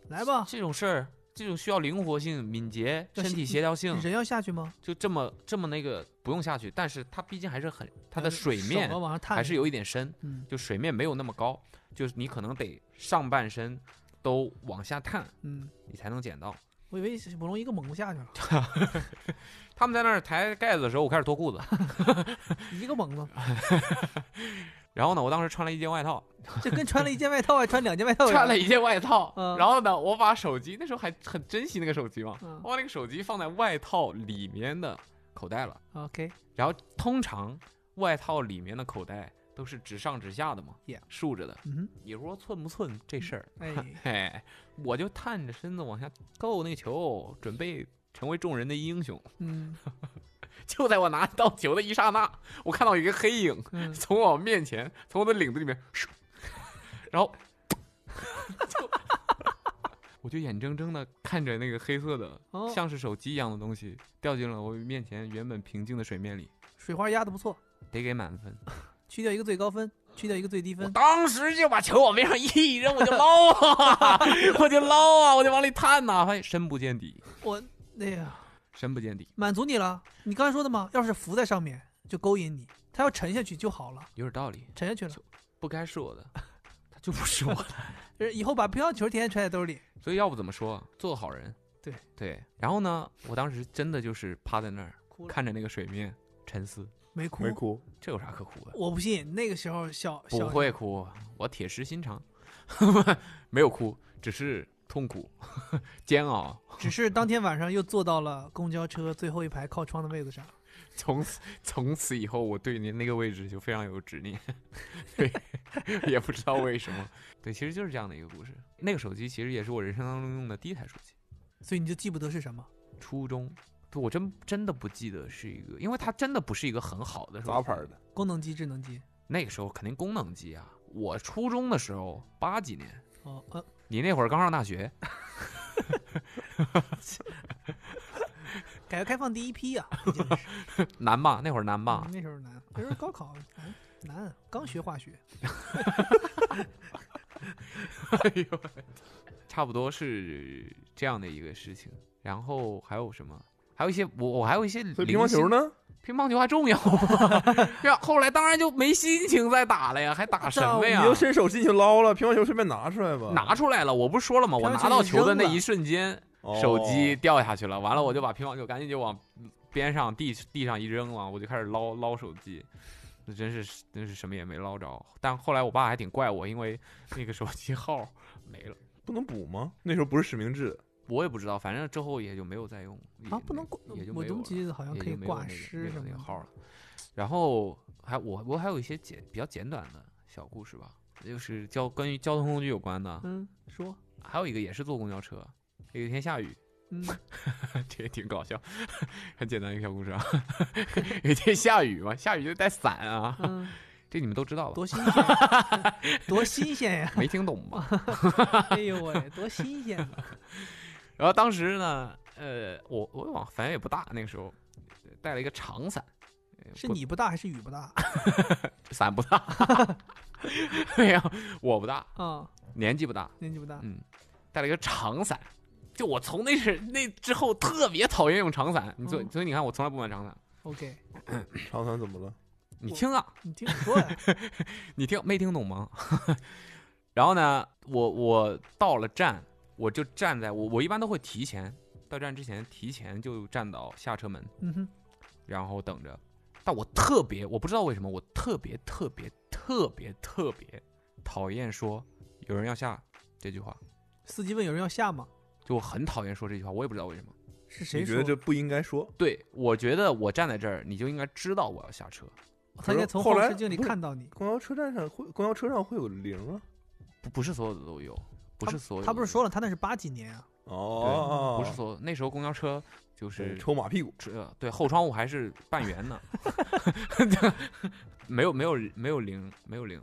来吧，
这种事儿。这种需要灵活性、敏捷、
要
身
心
体协调性，
人要下去吗？
就这么这么那个不用下去，但是它毕竟还是很它的
还是
水
呃手
面
要往上探，
还是有一点深，
嗯
就水面没有那么高，就是你可能得上半身都往下探，
嗯，
你才能捡到。
我以为是猛龙一个猛下去 了，
他们在那儿抬盖子的时候，我开始脱 裤子，
一个猛子，
然后呢，我当时穿了一件外 套，
这跟穿了一件外套啊，穿两件外套一样
穿了一件外套，
嗯
然后呢，我把手机那时候还很珍惜那个手机嘛，
嗯
我把那个手机放在外套里面的口袋了，
，OK，
然后通常外套里面的口袋都是直上直下的嘛
Yeah
竖着的，
嗯
你说寸不寸这事儿？
哼，哎，
嘿，我就探着身子往下够那个球，准备成为众人的英雄。
嗯
就在我拿到球的一刹那，我看到有一个黑影
嗯，
从我面前，从我的领子里面，咻然后就 我就眼睁睁的看着那个黑色的，
哦，
像是手机一样的东西掉进了我面前原本平静的水面里，
水花压的不错，
得给满分。
去掉一个最高分，去掉一个最低
我
分，
当时就把球往面上一扔，我就捞啊， 我就捞啊，我就往里探呐、发现深不见底，
我那呀，
深不见底，
满足你了。你刚才说的嘛，要是浮在上面就勾引你，他要沉下去就好了，
有点道理，
沉下去了
就，不该是我的，它就不是我的。
呃以后把乒乓球天天揣在兜里。
所以要不怎么说啊做个好人？
对
对。然后呢，我当时真的就是趴在那儿
哭了
看着那个水面沉思，
没哭
没哭，
这有啥可哭的？
我不信，那个时候小小
不会哭，啊我铁石心肠， 没有哭，只是痛苦、 煎熬，
只是当天晚上又坐到了公交车最后一排靠窗的位子上。
从此从此以后，我对你那个位置就非常有执念，对， 也不知道为什么。对，其实就是这样的一个故事。那个手机其实也是我人生当中用的第一台手机，
所以你就记不得是什么，
初中。对我真真的不记得是一个，因为它真的不是一个很好的手机。
杂牌的，
功能机、智能机。
那个时候肯定功能机啊。我初中的时候，八几年，
哦，呃，
你那会儿刚上大学，
改革开放第一批 呀、啊，这简直是
难吧？那会儿难吧
嗯？那时候难，啊那时候高考难，难，刚学化学，
哎呦喂，差不多是这样的一个事情。然后还有什么？还有一些我我还有一些
所以乒乓球
呢，
呢？
乒乓球还重要吗？ 呀，后来当然就没心情再打了呀，还打什么呀
你？就伸手进去捞了，乒乓球随便拿出来吧。
啊拿出来了，我不是说了吗？我
乒乓球
拿到
你
球的
扔
那
了
一瞬间，
哦
手机掉下去了，完了我就把乒乓球赶紧就往边上地地上一扔了，我就开始捞捞手机，那真是真是什么也没捞着。但后来我爸还挺怪我，因为那个手机号没了，
不能补吗？那时候不是实名制，
我也不知道，反正之后也就没有再用
啊，不能挂
也就，
我
没有
怎么
了
记得好像
也
可以
就没有那
挂
个
失
没有
什么
那个
的
号了。然后还我我还有一些简比较简短的小故事吧，就是交关于交通工具有关的，
嗯，说，
还有一个也是坐公交车，有一天下雨，
嗯，
这也挺搞笑，很简单一个小故事啊。 有一天下雨嘛，下雨就带伞啊，
嗯
这你们都知道吧？
多新鲜，多新鲜 呀！
没听懂 吧？
哎呦喂，多新鲜啊！
然后当时呢，呃，我我往反正也不大，那个时候呃带了一个长伞，呃
是
不
你不大还是雨不 大
伞不大， 没有我不大，
啊？
年纪不大，
年纪不大，
嗯，带了一个长伞。就我从那是那之后特别讨厌用长伞，你所以
嗯
所以你看我从来不买长伞。
OK，
长伞怎么了？
你
我
听啊，
你听我说呀，
你听没听懂吗？ 然后呢，我我到了站，我就站在我我一般都会提前到站之前提前就站到下车门，
嗯哼，
然后等着。但我特别，我不知道为什么，我特别特别特别特别讨厌说有人要下这句话，
司机问有人要下吗？
就我很讨厌说这句话，我也不知道为什么。
是谁
你觉
说
得？这不应该说？
对，我觉得我站在这儿，你就应该知道我要下车，
他应该从
后
后
来
视镜里
不是
看到你。
公交车站上会，公交车上会有铃啊。
不不是所有的都有，不是所有的
他不是
都
说了，他那是八几年啊，
哦，
有不是所有，那时候公交车就
对
是
抽马屁股。
这对后窗户还是半 圆呢，没有没有没有零没有零，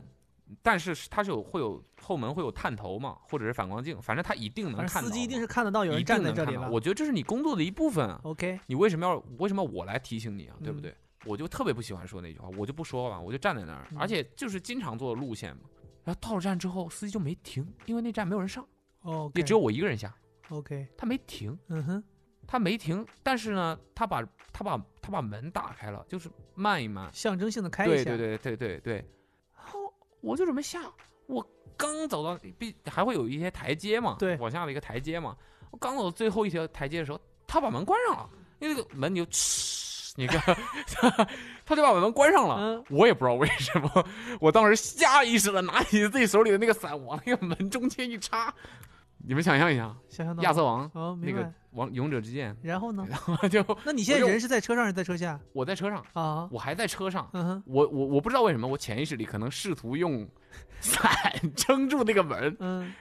但是是它是有会有后门会有探头嘛，或者是反光镜，反正它一定能
反
看
正
到嘛，
司机一定是看得到有
一
人
定
站在
能
这
看
里
到。
了。
我觉得这是你工作的一部分啊，
OK，
你为什么要为什么我来提醒你啊，对不
嗯
对？我就特别不喜欢说那句话，我就不说了，我就站在那儿，而
嗯
且就是经常坐的路线嘛。然后到了站之后，司机就没停，因为那站没有人上，
哦，
也只有我一个人下，
OK，
他没停。
嗯哼，
他没停，但是呢，他把他把他把门打开了，就是慢一慢，
象征性的开一
对
下。
对对对对对。然后我就准备下，我刚走到必还会有一些台阶嘛，
对
往下的一个台阶嘛。我刚走到最后一条台阶的时候，他把门关上了，那个门你就嗤，你看， 他就把门关上了。
嗯，
我也不知道为什么，我当时下意识的拿起自己手里的那个伞，往那个门中间一插。你们想象一下，
想象到
亚
了
瑟王
哦，
那
明
个
白。
王勇者之剑，
然后呢？
就
那你现在
我就
人是在车上还是在车下
我在车上，
啊？
我还在车上，
嗯哼，
我我我不知道为什么，我潜意识里可能试图 用伞撑住那个门。
嗯，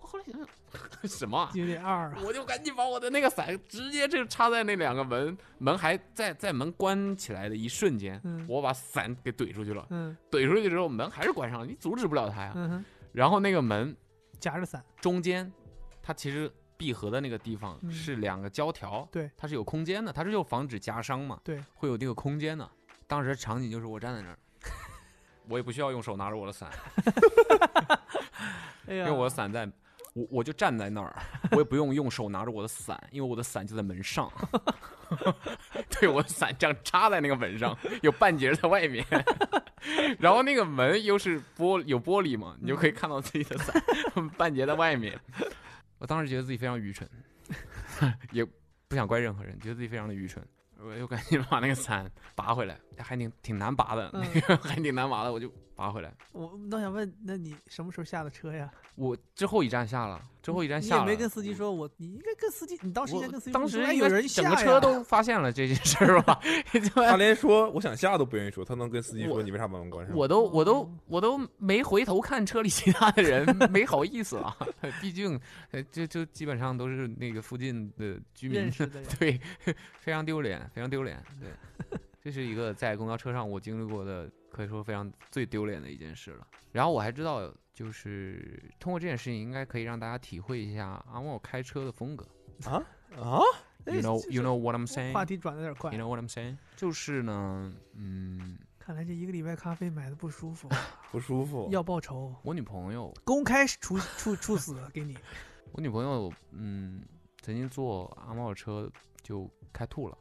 我后来想想， 什么啊、
有点二啊。
我就赶紧把我的那个伞直接就插在那两个门，门还在在门关起来的一瞬间，
嗯
我把伞给怼出去了。
嗯
怼出去之后，门还是关上了，你阻止不了它呀。
嗯哼，
然后那个门
夹着伞。
中间，它其实闭合的那个地方
嗯
是两个胶条，
对，
它是有空间的，它是就防止夹伤嘛，
对，
会有这个空间的。当时场景就是我站在那儿，我也不需要用手拿着我的伞，
哎
因
呀，
为我的伞在，我我就站在那儿， 我也不用用手拿着我的伞，因为我的伞就在门上， 对，我的伞这样插在那个门上， 有半截在外面， 然后那个门又是玻有玻璃
嗯
嘛，你就可以看到自己的伞 半截在外面。我当时觉得自己非常愚蠢， 也不想怪任何人，觉得自己非常的愚蠢。我又赶紧把那个伞拔回来，还挺挺难拔的，那个 还挺难拔的，我就拔回来。
嗯我那我想问，那你什么时候下的车呀？
我之后一站下了，之后一站
你
下
也
了，
没跟司机说，我你应该跟司机，你当时应该跟司机说，
我当
你说
时
哎
应
有
该
人下
整个
呀
车都发现了这件事儿吧？
他
就
连说我想下都不愿意说，他能跟司机说
我
你为啥把门关上？
我都我都
哦
我都没回头看车里其他的人， 没好意思啊。 毕竟，呃就就基本上都是那个附近的居民
认，识 的人。
对，非常丢脸，非常丢脸。对，这是一个在公交车上我经历过的，可以说非常最丢脸的一件事了。然后我还知道，就是通过这件事情，应该可以让大家体会一下阿莫开车的风格。
啊，
哎
You know,
这
you know what I'm saying?
话题转的有点快
You know what I'm saying？就是呢，嗯，
看来这一个礼拜咖啡买的不舒服，
不舒服。
要报仇，
我女朋友，
公开处处处死给 你。
我女朋友，嗯，曾经坐阿猫的车就开吐了，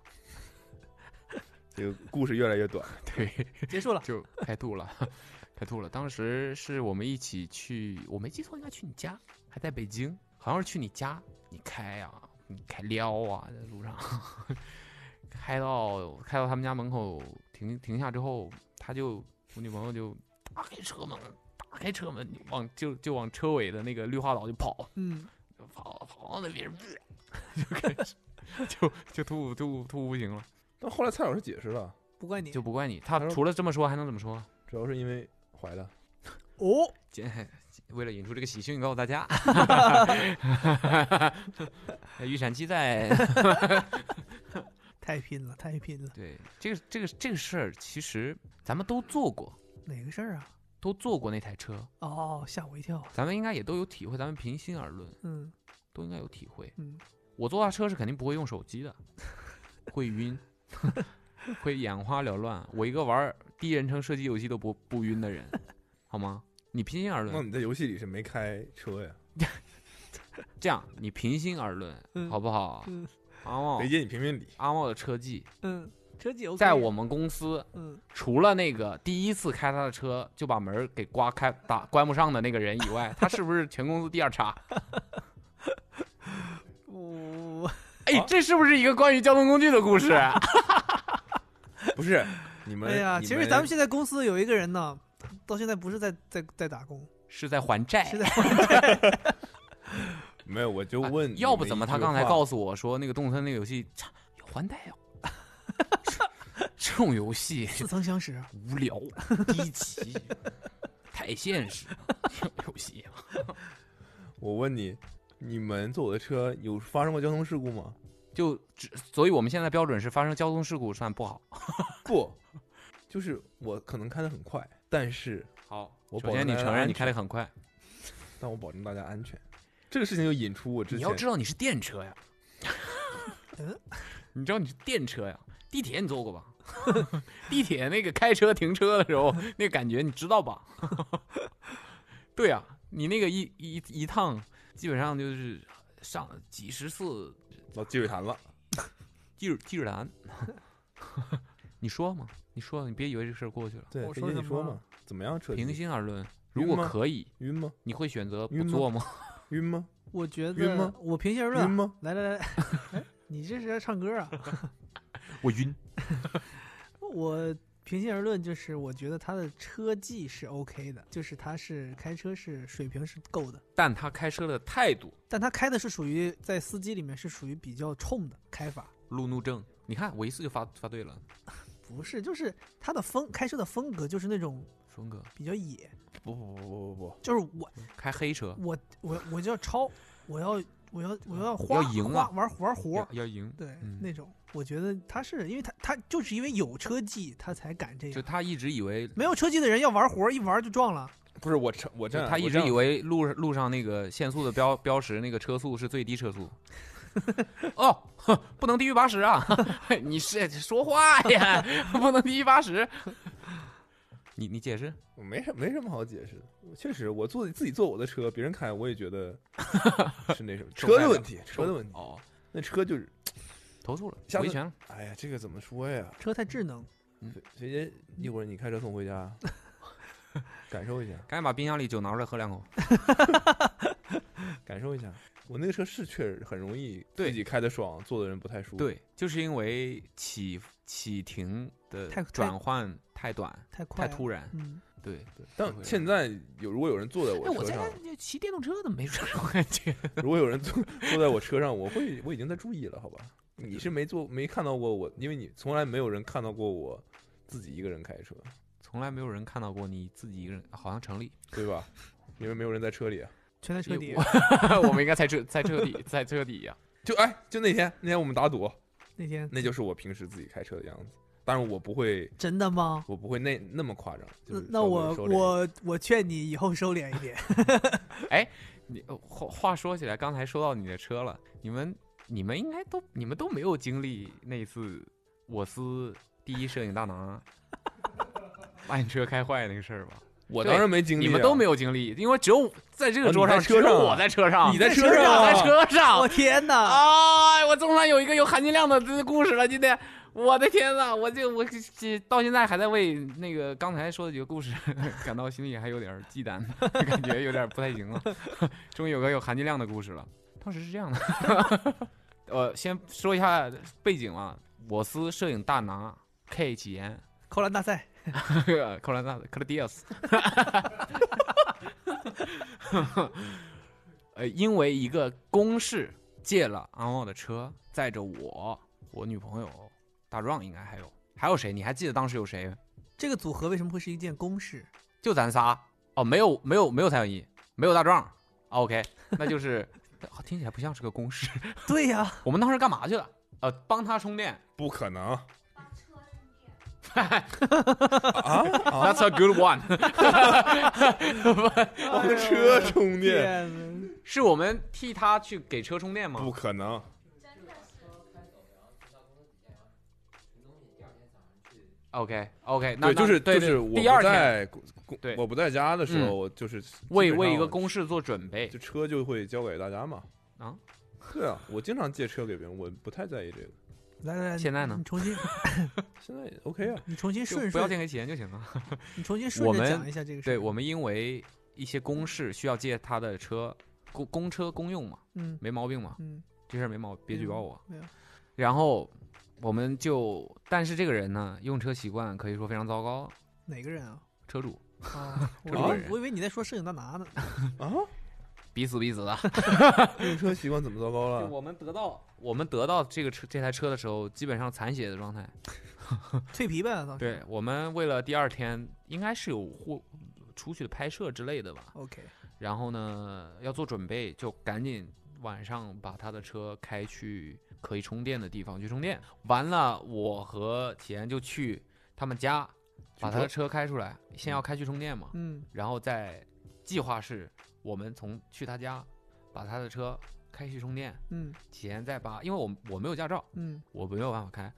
这个故事越来越短，
对，
结束了，
就开吐了， 开吐了。当时是我们一起去，我没记错，应该去你家，还在北京，好像是去你家，你开啊，你开撩啊，在路上， 开到开到他们家门口停停下之后，他就我女朋友就打开车门，打开车门往就就往车尾的那个绿化岛就跑，
嗯，
跑跑到那边， 就开始就就吐吐吐不行了。
但后来蔡老师解释了，
不怪你
就不怪你，他
他说
除了这么说还能怎么说？
主要是因为怀了。
哦，
今 为了引出这个喜讯，告诉大家，预产期在。
太拼了，太拼了，
对，这个这个这个事儿，其实咱们都做过，
哪个事儿啊？
都坐过那台车，
哦，吓我一跳，
咱们应该也都有体会。咱们平心而论，
嗯
都应该有体会。
嗯，
我坐他车是肯定不会用手机的， 会晕， 会眼花缭乱。我一个玩儿第一人称射击游戏都不不晕的人， 好吗？你平心而
那
论，
你在游戏里是没开车呀？
这样你平心而论，
嗯
好不
啊
好？
嗯
阿茂
雷，姐，你评评理。
阿茂的车技，
嗯，车技 OK，
在我们公司
嗯
除了那个第一次开他的车就把门儿给刮开打关不上的那个人以外，他是不是全公司第二 差？
我
哎，
啊
这是不是一个关于交通工具的故事？啊
不是，你们
哎呀，
你
其实咱们现在公司有一个人呢，到现在不是在在在打工，
是在还债
是。在
没有，我就问你们一句话、
哎要不怎么他刚才告诉我说那个动森那个游戏操要还贷呀？ 这种游戏
似曾相识啊，
无聊、低级， 太现实了。这种游戏啊
我问你，你们坐我的车有发生过交通事故吗？
就只，所以我们现在标准是发生交通事故算不好。
不，就是我可能开的很快，但是
好，
我
首
保
先
证
你
大家
承认
安
你开的很快，
但我保证大家安全。这个事情就引出我之
你
前
要知道你是电车呀
嗯，
你知道你是电车呀，地铁你坐过吧？ 地铁那个开车停车的时候，那个感觉你知道吧？ 对呀、你那个一一一趟基本上就是上几十次
老积水潭了，
积水积水潭， 你说嘛？你说，你别以为这事儿过去了。
对，
我
飞
说
姐你
什
说
么
嘛，怎么样车技
啊平心而论，如
晕
果
吗
可以，
晕吗？
你会选择不
晕吗
做吗？
晕吗？
我觉
晕
得
吗
我平心而论
晕
啊，
吗？
来来来来，哎你这是在唱歌啊？
我晕，
我平心而论，就是我觉得他的车技是 OK 的，就是他是开车是水平是够的，
但他开车的态度
但他开的是属于在司机里面是属于比较冲的开法，
路怒症，你看我一次就发发对了，
不是，就是他的风开车的风格就是那种
峰哥
比较野，
不不不不不不，
就是我
开黑车
我我我就要超，我要我要我要花
要赢啊
花玩玩活
要
儿，
要赢，
对、
嗯
那种，我觉得他是因为他他就是因为有车技他才敢这
就
样，
他一直以为，
没有车技的人要玩活儿一玩就撞了，
不是我这我这
就
样
他一
我
直
这样
以为路路上那个限速的标标识那个车速是最低车速。哦，哼不能低于八十啊！ 你是说话呀，不能低于八十。你你解释，
我没什没什么好解释的，我确实我坐自己坐我的车，别人开我也觉 得是那什么车的问题，车的问题，
哦，
那车就是，
投诉了，
下次
维权了。
哎呀，这个怎么说呀？
车太智能，
谁姐一会儿你开车送回家，感受一下，
赶紧把冰箱里酒拿出来喝两口。
感受一下。我那个车是确实很容易
对
自己开的爽，坐的人不太舒服。，
对，就是因为起起停的
太
转换太短，
太快
太
了，
突然。
嗯，
对，
但
会
现在有如果有人坐在
哎，我
车
在
上，
家骑电动车怎么没这种感觉？
如果有人坐坐在我车上，我会我已经在注意了，好吧？你是没坐没看到过我，因为你从来没有人看到过我自己一个人开车，
从来没有人看到过你自己一个人，好像成立。
对吧？ 因为没有人在车里啊。
全在车
因
底
为。 哎我我们应该在车在车底在车底呀、
就哎，就那天那天我们打赌，
那天
那就是我平时自己开车的样子。当然我不会，
真的吗？
我不会那那么夸张。就
那
是
那
稍微
我
收敛一点
我我劝你以后收敛一 点。
你呃话话说起来，刚才说到你的车了，你们你们应该都你们都没有经历那次我司第一摄影大拿 把你车开坏那个事儿吧。
我
对
当然没经历、啊，
你们都没有经历，因为只有在这个桌
啊
上，
你在车上啊
只有我在车上，
你在
在
车
车
上
上
啊，
我在车
我
上。哦
天哪！
哎，我总算有一个有含金量的这故事了。今天，我的天呐，我这我这到现在还在为那个刚才说的几个故事 感到心里还有点儿忌惮，感觉有点儿不太行了。终于有个有含金量的故事了。当时是这样的，呃，先说一下背景啊，我司摄影大拿 K 启言，
扣篮大赛，
克兰纳克拉迪亚斯。呃，因为一个公事借了阿茂的车，载着我、我女朋友大壮，应该还有还有谁？你还记得当时有谁？
这个组合为什么会是一件公事？
就咱仨哦，没有没有没有蔡文一，没有大壮。啊 OK，那就是 哦听起来不像是个公事。
对 呀，
我们当时干嘛去了？呃，帮他充电。
不可能啊 啊！
That's a good one
我的车 充电，
哎天哪
是我们替他去给车充电吗？
不可能。
OK OK，那
对，就是
那
就是
对对
我
第二
不
天
在公公
对
我不在家的时候，
嗯
我就是
为
基本上
为一个公事做准备
就车就会交给大家嘛。
啊。
对啊，我经常借车给别人，我不太在意这个。
来来来，
现在呢
你重 新，
现在也 OK 啊，
你重新
就
顺
不要
顺，
见给钱就行了。
你重新顺
我
着
们
讲一下这个事。
对我，们因为一些公事需要借他的车，公公车公用嘛，
嗯
没毛病嘛，
嗯，
这事儿没毛病，别举报我。
没有，
然后我们就，但是这个人呢，用车习惯可以说非常糟糕，
哪个 人啊？
车主
啊，我以
这
种
为
人
我以为你在说摄影大拿 呢。
啊，
彼此彼此 的。
用车习惯怎么糟糕
就
了？
我们得到我们得到这个车这台车的时候，基本上残血的状态。
脆皮呗，当时。
对我们为了第二天应该是有或出去的拍摄之类的吧，
，OK，
然后呢，要做准备，就赶紧晚上把他的车开去可以充电的地方去充电。完了，我和体验就去他们家，把他的车开出来，先要开去充电嘛，
嗯，
然后再计划是我们从去他家把他的车开去充电，
嗯
体验再把，因为我我没有驾照，
嗯
我没有办法开，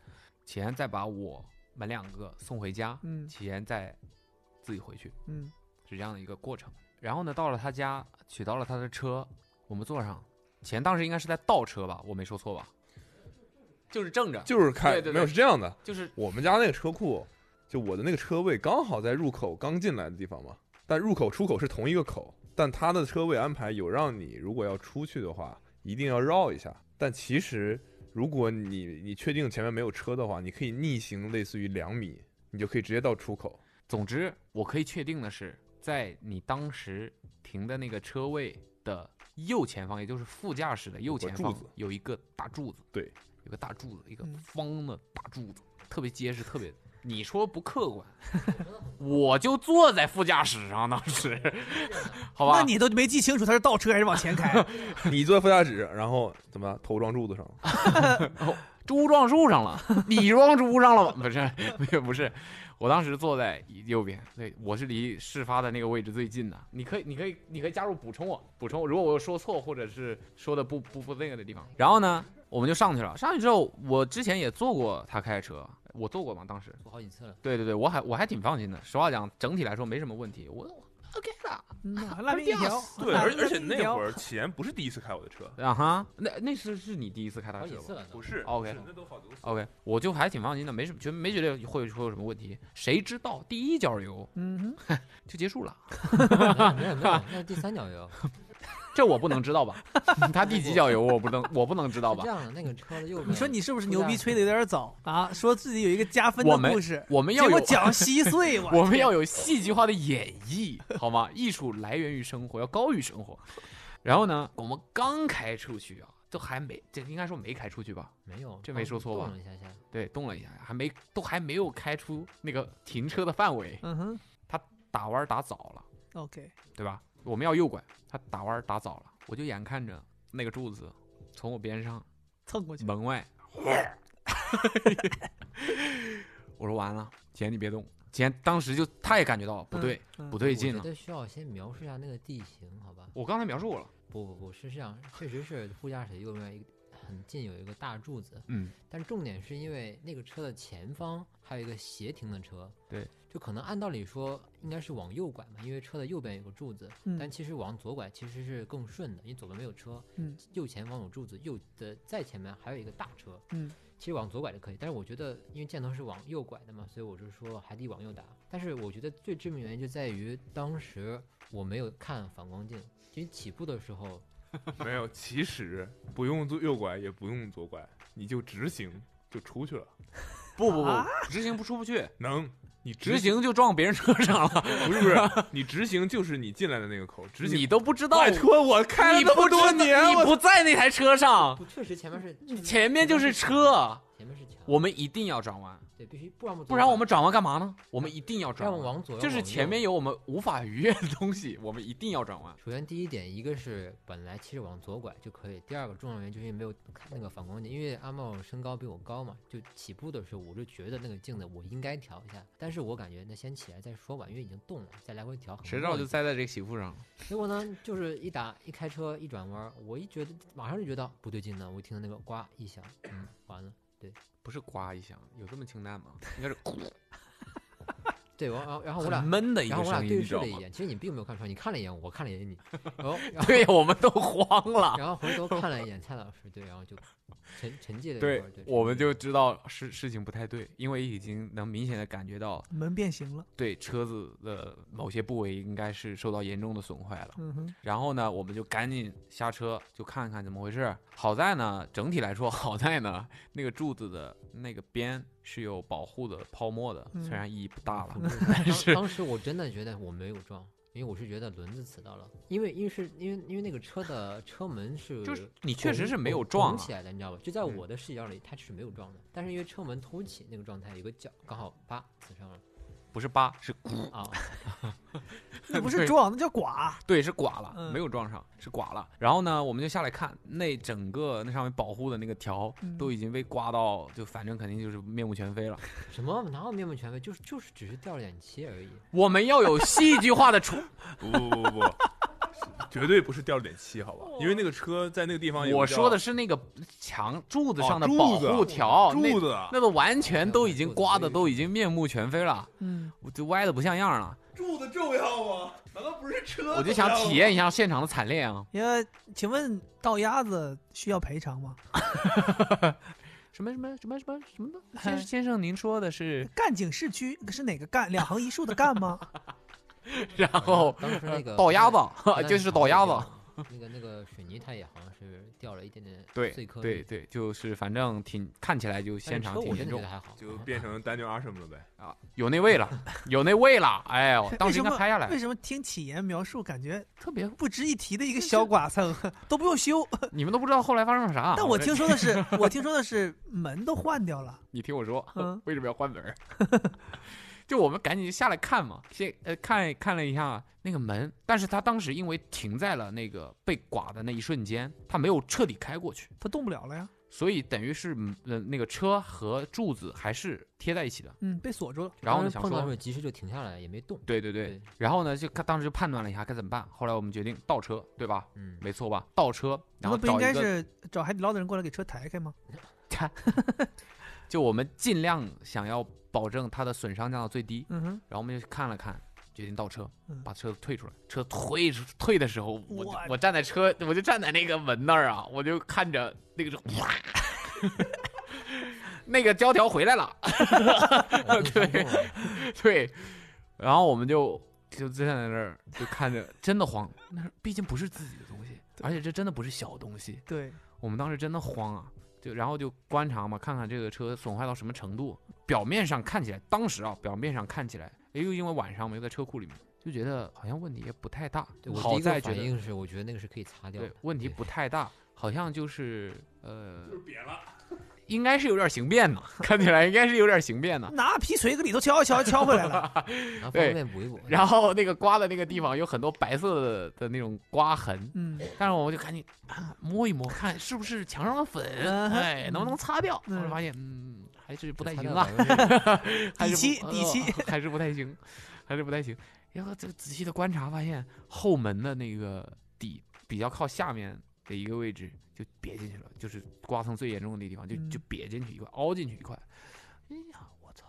体验再把我们两个送回家，
嗯
体验再自己回去。
嗯
是这样的一个过程。然后呢，到了他家，取到了他的车，我们坐上。钱当时应该是在倒车吧，我没说错吧？就是正着，
就是开
对对对
没有是这样的，
就是
我们家那个车库，就我的那个车位刚好在入口刚进来的地方嘛，但入口出口是同一个口，但它的车位安排有让你如果要出去的话，一定要绕一下。但其实如果你你确定前面没有车的话，你可以逆行，类似于两米，你就可以直接到出口。
总之，我可以确定的是，在你当时停的那个车位的右前方，也就是副驾驶的右前
有个
方
柱子，
有一个大柱子。
对，
有个大柱子，一个
嗯
方的大柱子，特别结实，特别。你说不客观， 我就坐在副驾驶上，当时， 好吧？
那你都没记清楚他是倒车还是往前 开？
你坐在副驾驶，然后怎么头撞柱子上了？
猪撞树上了， 你撞猪上了吗？不是， 也不是，我当时坐在右边，对，我是离事发的那个位置最近的。你可以，你可以，你可以加入补充我，补充我。如果我有说错或者是说的不不不那个的地方，然后呢，我们就上去了。上去之后，我之前也坐过他开的车，我坐过嘛，当时
做好几次了。
对对对，我还我还挺放心的。实话讲，整体来说没什么问题，我我 OK 的。
嗯拉面一条，
对，
拉
而
面
而且
一
那
条
会儿启言不是第一次开我的车，
啊哈，那那次是你第一次开他
好
的
几
车
次
吧
哦了呢，
不是
OK
不是那都好多次。
？OK，我就还挺放心的，没什么，觉得没觉得会会有什么问题。谁知道第一脚油
嗯哼，
就结束了？
没有 没有，那是第三脚油。
这我不能知 道吧？他第几脚油我不能，我不能知道
是
吧
这？样的，那个车的右边。
你说你是不是牛逼吹的有点早啊？说自己有一个加分的
我们
故事，
我们
结
要
果
有，
讲稀碎，
我们要有戏剧化的演绎，好吗？艺术来源于生活，要高于生活。然后呢，我们刚开出去啊，都还没，这应该说没开出去吧？
没有，
这没说错吧
动了一下下，
对，动了一下，还没，都还没有开出那个停车的范围，
嗯哼
打弯儿打早了，
，OK，
对吧？我们要右拐，他打弯儿打早了，我就眼看着那个柱子从我边上
蹭过去，
门外， 我说完了，姐你别动，姐当时就他也感觉到不对，
嗯
不对
我
劲
觉
了。
得需要先描述一下那个地形，好吧？
啊
我刚才描述过了，
不不不是这样，确实是副驾驶右边一个很近有一个大柱子，
嗯，
但重点是因为那个车的前方还有一个斜停的车，
对，
就可能按道理说应该是往右拐嘛，因为车的右边有个柱子，
嗯
但其实往左拐其实是更顺的，因为左边没有车，
嗯
右前方有柱子，右的再前面还有一个大车，
嗯，
其实往左拐就可以，但是我觉得因为箭头是往右拐的嘛，所以我就说还得往右打。但是我觉得最致命原因就在于当时我没有看反光镜，其实起步的时候
没有，其实不用左右拐，也不用左拐，你就直行就出去了。
不不
啊
不，直行不出不去，
能，你
直行就撞别人车上了，
不是不是， 你直行就是你进来的那个口，直行。
你都不知道，
拜
你
托，我开了那么
不
多
知道
年，
你
我
不在那台车上，
不确实前面是
前面就是，车，
前面是墙，
我们一定要转弯，
对必须不然我们
不然我们转弯干嘛呢？我们一定要转
让我们
弯，
往左，
就是前面
有。
有我们无法逾越的东西，我们一定要转弯。
首先第一点，一个是本来其实往左拐就可以，第二个重要原因就是因为没有看那个反光镜，因为阿茂身高比我高嘛，就起步的时候我就觉得那个镜子我应该调一下，但是我感觉那先起来再说吧，因为已经动了，再来回调很
谁知道
磨
就
叽
栽在这个媳妇上了。
结果呢，就是一打一开车一转弯儿，我一觉得马上就觉得不对劲了，我一听到那个呱一响，嗯，完了，
不是刮一下，有这么清淡吗？应该是
对，然后然后我
很
俩。
闷的一
然后
个
我
声
俩
音，
对
你知
视
道
了一
吗？
眼，其实你并没有看出来，你看了一眼我，看了一眼你，哦然后然后
对，我们都慌了。
然后 回头看了一眼蔡老师，对，然后就沉沉寂了一会
对
儿，对，，
我
沉
们
寂了
就知道事事情不太对，因为已经能明显的感觉到
门变形了，
对车子的某些部位应该是受到严重的损坏了。
嗯哼，
然后呢，我们就赶紧下车，就看看怎么回事。好在呢，整体来说， 好在呢，那个柱子的那个边是有保护的泡沫的，
嗯
虽然意义不大了，
当
是
当时我真的觉得我没有撞，因为我是觉得轮子迟到了，因为因为是因为因为那个车的车门是
就是你确实
拱
是没有
拱
撞
拱
啊
起来的，你知道吧？就在
嗯
我的视角里，它是没有撞的，但是因为车门凸起那个状态，有个角刚好啪刺伤了
不是疤，是
啊，
那不是
对
撞，那叫剐。
对，是剐了，
嗯
没有撞上，是剐了。然后呢，我们就下来看，那整个那上面保护的那个条
嗯
都已经被刮到，就反正肯定就是面目全非了。
什么哪有面目全非？就是就是只是掉了点漆而已。
我们要有戏剧化的 处，
不不不不不，绝对不是掉了点漆，好吧？因为那个车在那个地方有个
我
叫
说的是那个墙柱子啊
哦
上的
柱
保
子
护条，
柱
那
子，啊
那个完全都已
柱
经
子
刮
那
的
个
都已经面目全非了，
嗯，
我就歪的不像样了。
柱子重要吗？难道不是车
我就想体验一下现场的惨烈啊！
因为请问倒鸭子需要赔偿吗？
什么什么什么什么什 么的，先先生，您说的是，
干警市区是哪个干？两横一竖的干吗？
然后
当时那个
哦倒鸭 子，
那，
就
就是
倒鸭子。。
那个那个水泥它也好像是掉了一点点
对
碎颗
对
粒，
对，就是反正挺看起来就
但
现
是
场
车
挺
我
严
真的觉
重
得还好，
就变成 Daniel Asham 了呗？
啊，有那味了，有那味了，哎 呦，当时应该拍下
为
来，
什么听启言描述感觉
特别，
不值一提的一个小剐 蹭都不用修？
你们都不知道后来发生了啥。
但我
啊这
听说的是，我听说的是门都换掉了。
你听我说
嗯，
为什么要换门儿？ 就我们赶紧就下来看嘛，先呃看看了一下那个门，但是他当时因为停在了那个被剐的那一瞬间，他没有彻底开过去，
它动不了了呀，
所以等于是嗯呃那个车和柱子还是贴在一起的。
嗯，被锁住了。
然后呢，
当时
想
碰到的时
说
候及时就停下来，也没动。
对对对
对，
然后呢，就看当时就判断了一下该怎么办。后来我们决定倒车，对吧？
嗯，
没错吧？倒车，
你
然后
们不应
找
该
一个，
是找海底捞的人过来给车抬开吗？
就我们尽量想要保证它的损伤降到最低。
嗯哼，
然后我们就去看了看，决定倒车
嗯，
把车退出来。车退出退的时候，我就
哇
我站在车，我就站在那个门那儿啊，我就看着那个车， 哇，那个胶条回来了，
我自己
对
伤痛了
对，然后我们就就站在那儿就看着，真的慌，那是毕竟不是自己的东西，而且这真的不是小东西，
对，
我们当时真的慌啊，就然后就观察嘛，看看这个车损坏到什么程度。表面上看起来，当时啊，表面上看起来，又因为晚上我们又在车库里面，就觉得好像问题也不太大
对。我第
好
一个
在觉
反
得
应是，我觉得那个是可以擦掉的
对。问题
对
不太大，好像就是呃，
扁了，
应该是有点形变呢，看起来应该是有点形变呢。
拿皮锤搁里头敲一敲，敲回来 了。
然后
对
方便补一补。
然后那个刮的那个地方有很多白色的的那种刮痕，
嗯，
但是我就赶紧啊摸一摸，看是不是墙上的粉，
嗯
哎，能不能擦掉？我
嗯
就发现，嗯，还是不太
擦
行
掉
啊。
百分之 五
还是不
底气底气
呃 还是不太行，还是不太行。然后这个仔细的观察发现，后门的那个底比较靠下面的一个位置就瘪进去了，就是刮蹭最严重的地方，就就
嗯
瘪进去一块，凹进去一块。哎呀，我操！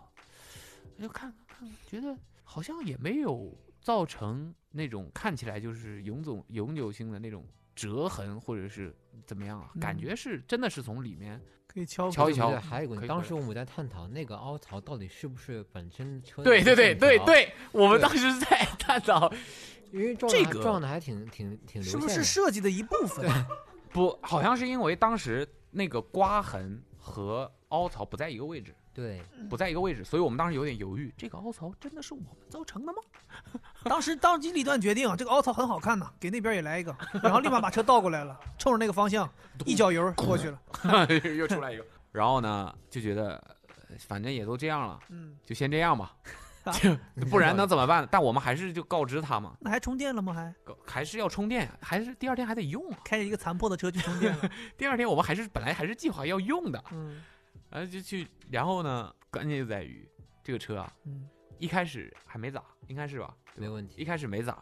我就看看看，觉得好像也没有造成那种看起来就是永总永久性的那种折痕，或者是怎么样啊？感
嗯
觉是真的是从里面
可以敲
敲
敲
一敲
还有一个问
可
题，
以
当
回
时我们在探讨那个凹槽到底是不是本身车
对对
内的
对
线
对
条，
啊对，我们
对
当时是在探讨，
因为撞
这
的还
个
撞的还挺挺挺
是
流
不
线
是
的，
设计的 一部分？啊
不，好像是因为当时那个刮痕和凹槽不在一个位置，
对，
不在一个位置，所以我们当时有点犹豫，这个凹槽真的是我们造成的吗？
当时当机立断决定，这个凹槽很好看呐，给那边也来一个，然后立马把车倒过来了，冲着那个方向一脚油过去了。
又出来一个，然后呢就觉得呃反正也都这样了，
嗯，
就先这样吧
啊，
就不然能怎么办？但我们还是就告知他嘛，
那还充电了吗？还
告还是要充电呀，还是第二天还得用啊。
开着一个残破的车去充电 了。
第二天我们还是本来还是计划要用的，
嗯
然后就去，然后呢，关键就在于这个车啊，
嗯，
一开始还没咋，应该是吧？
没问
一
题。
开始没咋，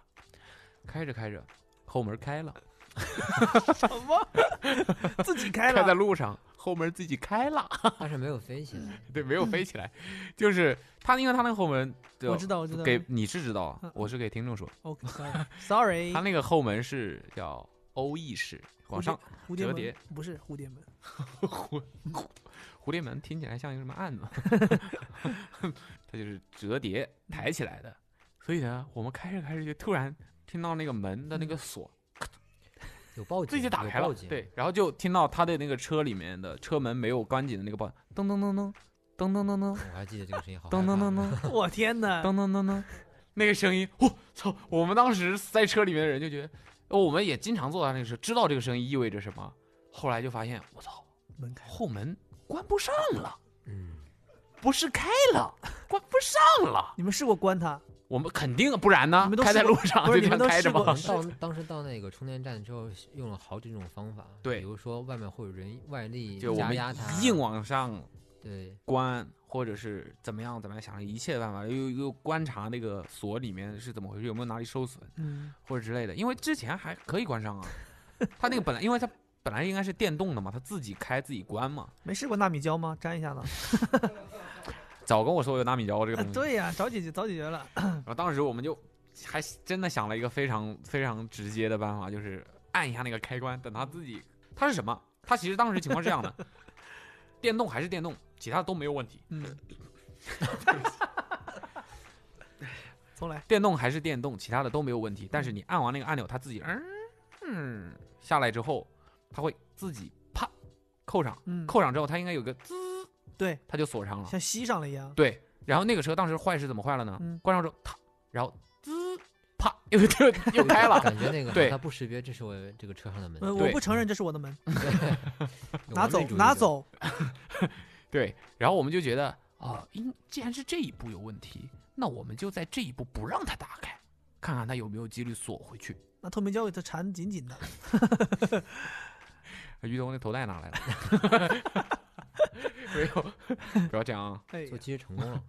开着开着，后门开了，
什么？自己开
开在
了？
路上，后门自己开了，
但是没有飞起来，
对，没有飞起来，就是他，因为他那个后门，对
我知道，我知道。
给你是知道
嗯
啊，我是给听众说，
OK，sorry，
他那个后门是叫欧意式，往上
蝴蝶
折
门
叠
不是蝴蝶门，
蝴蝴蝶门听起来像一个什么 案子， 它就是折叠抬起来的，所以呢，我们开着开着就突然听到那个门的那个
嗯
锁
有报警，
自己就打
有
开
报
了，
警，
对，然后就听到他的那个车里面的车门没有关紧的那个报，噔噔噔噔，噔噔噔噔，
我还记得这个声音，好
噔
害
噔
怕
噔噔，
我天哪！
噔噔噔噔，那个声音，我、操！我们当时在车里面的人就觉得，哦我们也经常坐在那个车，知道这个声音意味着什么。后来就发现，我操，
门开了，
后门关不上了，
嗯，
不是开了，关不上了。
你们试过关它？
我们肯定，不然呢
你们？都
开在
试过
路上
不
就是这
你
样
们都
开着
试过
吧。
是
当当时到那个充电站之后，用了好几种方法，
对
比如说外面会有人外力
就我
加
们
压它，
硬往上
对，
关，或者是怎么样怎么样，想了一切办法，又又观察那个锁里面是怎么回事，有没有哪里受损
嗯，
或者之类的。因为之前还可以关 上啊，它那个本来因为它本来应该是电动的嘛，它自己开自己关嘛。
没试过纳米胶吗？粘一下子。
早跟我说有纳米胶这个
啊
东西，
对呀，早解决，早解决了。
然后当时我们就还真的想了一个非常非常直接的办法，就是按一下那个开关，等它自己。它是什么？它其实当时情况是这 样的，电动还是电动，其他都没有问题。
嗯， 重来。
电动还是电动，其他的都没有问题。但是
嗯
你按完那个按钮，它自己嗯嗯下来之后，它会自己啪扣上，
嗯，
扣上之后它应该有个滋，
对，
它就锁上了。
像吸上了一样。
对，然后那个车当时坏是怎么坏了呢？
嗯
关上之后，它然后滋啪又又又开了。
感觉 那个
对
它不识别这是我这个车上的门，
呃，我
对
不承认这是我的门，
对
拿走，拿，走。
对，然后我们就觉得啊，应既然是这一步有问题，那我们就在这一步不让它打开，看看它有没有几率锁回去。
拿透明胶给它缠紧紧的。
于东那头带哪来了？ 没有，不要这样啊，
哎
我们
呀
这种人就所以，其实成功了，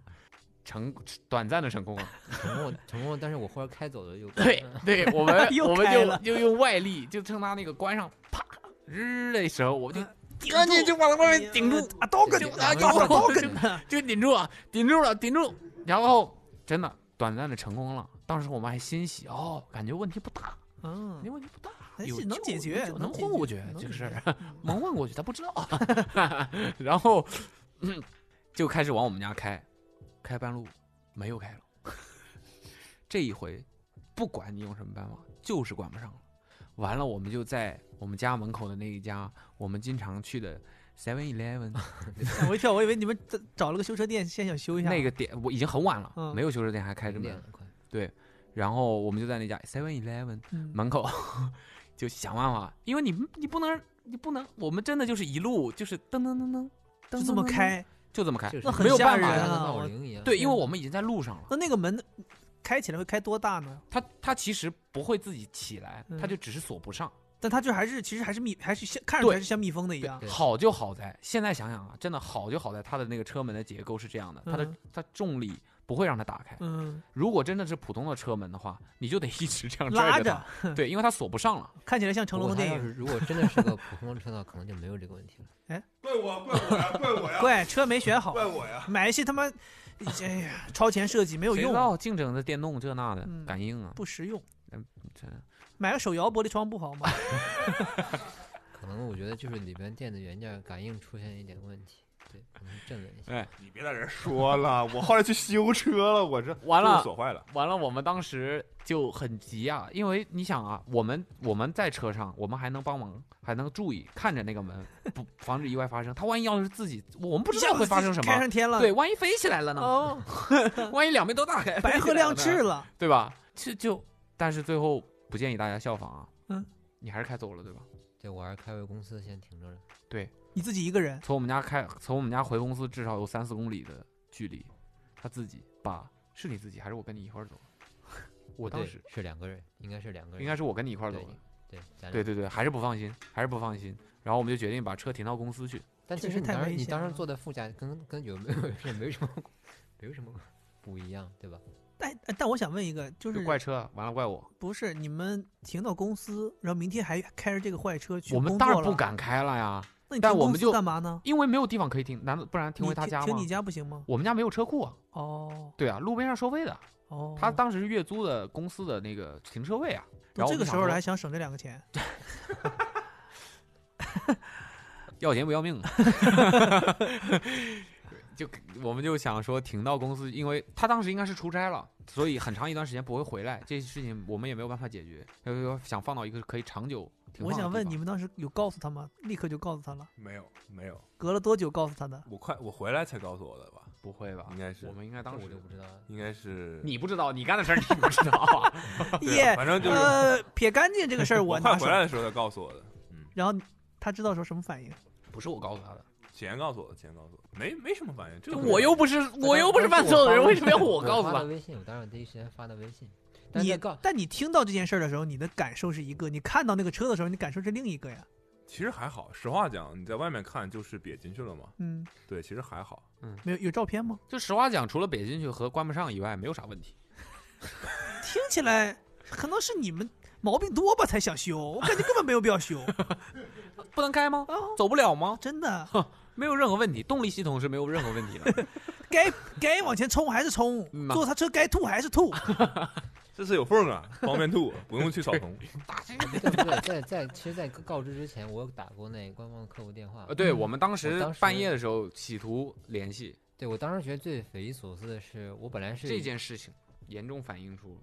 成短暂的成功啊。
成功了，成功了，但是我忽然开走了又，
对对，我们
又
我
开了
们就就用外力，就趁它那个关上啪日的时候，我
嗯
们就赶紧
住
就把它外面顶住，
啊，刀
就
根
啊
啊，
就
刀根刀
就
根啊
就顶住啊，顶住了，顶住，然后真的短暂的成功了。当时我们还欣喜哦，感觉问题不大，
嗯
没，问题不大，
哎
有
是能
救
解
有
决
救
能
能
解
混过
决嗯能
去这个
解
事儿
决，
蒙混过去，他不知道。 然后、嗯就开始往我们家开，开半路没有开了。 这一回，不管你用什么办法，就是管不上了。完了，我们就在我们家门口的那一家我们经常 去的 Seven Eleven
吓我一跳，我以为你们找找了个修车店，先想修一下。
那个点，我已经很晚了，
嗯
没有修车店还开着
零点
门
了。快，
然后我们就在那家 Seven Eleven
嗯，
门口 就想办法，因为你你不能你不能，我们真的就是一路就是噔噔噔噔，
就
噔
这么
噔噔
开，
就这么开
这，
那
是
很
没有
吓
办法
人
像
啊
个闹
我
铃一样，
对，因为我们已经在路上了，
那那个门开起来会开多大呢？
它它其实不会自己起来
嗯，
它就只是锁不上。
但它就还是其实还是密，还是像看上去
对
还是像密封的一样
对。
好就好在现在想想啊，真的好就好在它的那个车门的结构是这样的，它的
嗯
它重力不会让它打开。
嗯，
如果真的是普通的车门的话，你就得一直这样
拉
啊拽
着，
它，对，因为它锁不上了。
看起来像成
不
龙
过
的
他
电
要
影。
是如果真的是个普通的车道，可能就没有这个问题了。
怪我，怪我呀，怪我呀，
怪车没学好，
怪我呀！
买一些他妈，哎呀，超前设计没有
谁知
用，
道竞争的电动这那的
嗯
感应啊，
不实用。
这
买个手摇玻璃窗不好吗？
可能我觉得就是里边电子元件感应出现一点问题，对，可能震了一下。
哎
你别在这儿说了，我后来去修车了，我这
完了
就是锁坏了。
完了，我们当时就很急啊，因为你想啊，我们我们在车上，我们还能帮忙，还能注意看着那个门，不防止意外发生。他万一要是自己，我 们不知道会发生什
开
么，
上天了，
对，，万一飞起来了呢？
哦，
万一两边都打开，
白鹤亮翅
了，
了，
对吧？这就，但是最后不建议大家效仿啊。
嗯，
你还是开走了，对吧？
对，我还是开回公司先停着了。
你自己一个人，
从我们家开，从我们家回公司至少有三四公里的距离，他自己把，是你自己还是我跟你一块儿走？我当
对
时
是两个人，应该是两个人，
哦应该是我跟你一块儿走
对
的。
对，咱
对对对，还是不放心，还是不放心。然后我们就决定把车停到公司去。
但
确
其
实
实你
太
当时
危
你
险
当时
了
坐在副驾跟跟有没有人也没什么没有什么不一样，对吧？
但但我想问一个，就
就是怪车啊，完了怪我，
不是你们停到公司，然后明天还开着这个坏车去
我们
工
当
作
然不
了，
敢开了呀，
那你
但
停
我
公
们
司
就
干嘛呢？
因为没有地方可以停，难道不然停
你
回他家
停
吗
你？家不行吗？
我们家没有车库啊。
哦
对啊，路边上收费的，
哦，
他当时是月租的公司的那个停车位啊。
都
然后
这个
我们
时
想
候了
说
还想省这两个钱，
要钱不要命啊！ 就我们就想说停到公司，因为他当时应该是出差了，所以很长一段时间不会回来，这些事情我们也没有办法解决，要要想放到一个可以长久停
我
放的
想
地
问
方
你们当时有告诉他吗？立刻就告诉他了，
没有，没有，
隔了多久告诉他的？
我快我回来才告诉我的吧？
不会吧
应？该是
我，们应该
这
当
我
时
就不知道了。
应该是
你不知道，你干的事儿你不知道啊？
对啊
耶，
反正就是
呃，撇干净这个事儿
我快
拿手
回，来的时候他告诉我的，
然后他知道时候什么反应？
不是我告诉他的，
前告诉我的，前告诉我的，没没什么反应。这个
我又不是我又不是犯错的人，为什么要我告诉
发
他
的？微信，我当时第一时间发的微信，但
你
是告
但你听到这件事儿的时候，你的感受是一个；你看到那个车的时候，你感受是另一个呀。
其实还好，实话讲，你在外面看就是瘪进去了嘛。
嗯，
对，其实还好。
没有有照片吗？
就实话讲，除了北进去和关不上以外，没有啥问题。
听起来可能是你们毛病多吧才想修，我感觉根本没有必要修，
不能开吗？走不了吗？
真的
哦没有任何问题，动力系统是没有任何问题 的。
该该往前冲还是冲
嗯，呐
坐他车该吐还是吐，
这次有缝啊，方便吐，不用去草丛。
对不对？在在其实，在告知之前，我有打过那官方客服电话
呃，。对
嗯
我们当
我
时
当时
半夜的时候企图联系
对我当时觉得最匪夷所思的是，我本来是
这件事情，严重反映出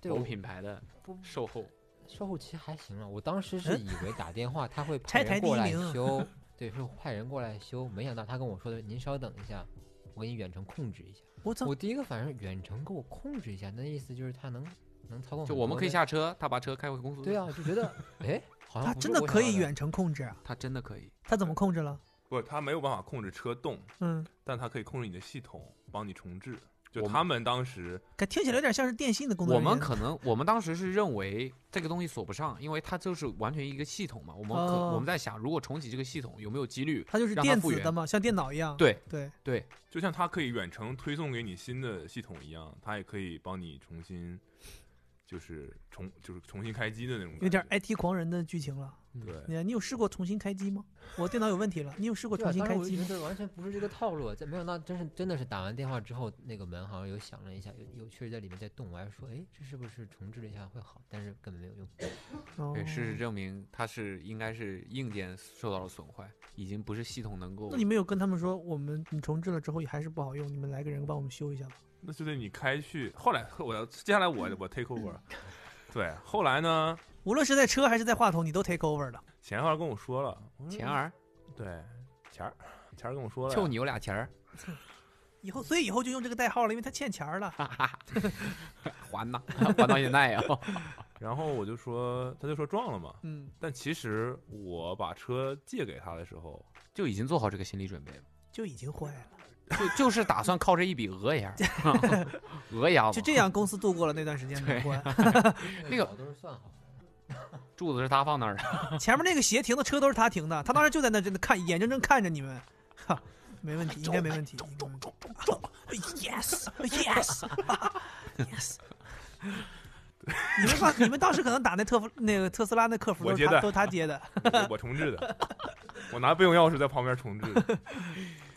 对
某
我
品牌的
不
售后。
售后其实还行啊了，我当时是
嗯
以为打电话他会
拆
派
台
人过
第一
来
名啊
修， 对，是派人过来修，没想到他跟我说的，您稍等一下，我给你远程控制一下。
我操
我！第一个反应是远程给我控制一下，那意思就是他能能操控。
就我们可以。下车，他把车开回公司。
对，啊，就觉 得哎，好像
他
不
真
是
的
我
可
想
以
要的
远程控制啊？
他真的可以。
他怎么控制了？
不，他没有办法控制车动，
嗯，
但他可以控制你的系统，帮你重置。就
我们
他们当时
感听起来有点像是电信的工作
我
人员。
们可能我们当时是认为这个东西锁不上，因为它就是完全一个系统嘛。我们可、
哦
我们在想，如果重启这个系统有没有几率？
它就是
让它
电
复
子
原
的嘛，像电脑一样。
对
对，
对，
就像他可以远程推送给你新的系统一样，他也可以帮你重新，就是重就是重新开机的那种感觉。
有点 IT 狂人的剧情了。
对，
你你有试过重新开机吗？我电脑有问题了，你有试过
对
重
啊
新
当时
开
我就
机吗
觉？得完全不是这个套路，这没想到真是真的是打完电话之后，那个门好像有响了一下，有有确实在里面在动，我还说哎，这是不是重置了一下会好？但是根本没有用。
哦
对，事实证明它是应该是硬件受到了损坏，已经不是系统能够
那。你们有跟他们说，我们你重置了之后也还是不好用，你们来个人帮我们修一下吧。
那就得你开去。后来我要接下来我我 take over，了对，后来呢，
无论是在车还是在话筒，你都 take over 了。
钱二跟我说了，我说
钱儿，
对钱儿钱儿跟我
嗯
说了呀，
就你有俩钱儿，
以后，所以以后就用这个代号了，因为他欠钱儿了。
啊还呐，还到现在呀。
然后我就说，他就说撞了嘛。
嗯，
但其实我把车借给他的时候，
就已经做好这个心理准备了，
就已经坏了，
就就是打算靠这一笔讹一下， 讹一下嘛
就这。样公司度过了那段时间难关。
那个
早都是算 好的，
柱子是他放那儿的，
前面那个斜停的车都是他停的，他当时就在那真的看，眼睁睁看着你们，哈，没问题，应该没问题。撞撞撞撞！哎 yes yes yes。你们当你们当时可能打那特服那个特斯拉那客服
我
都是
接
他
的
都是他接的，
我我重置的，我拿备用钥匙在旁边重置的。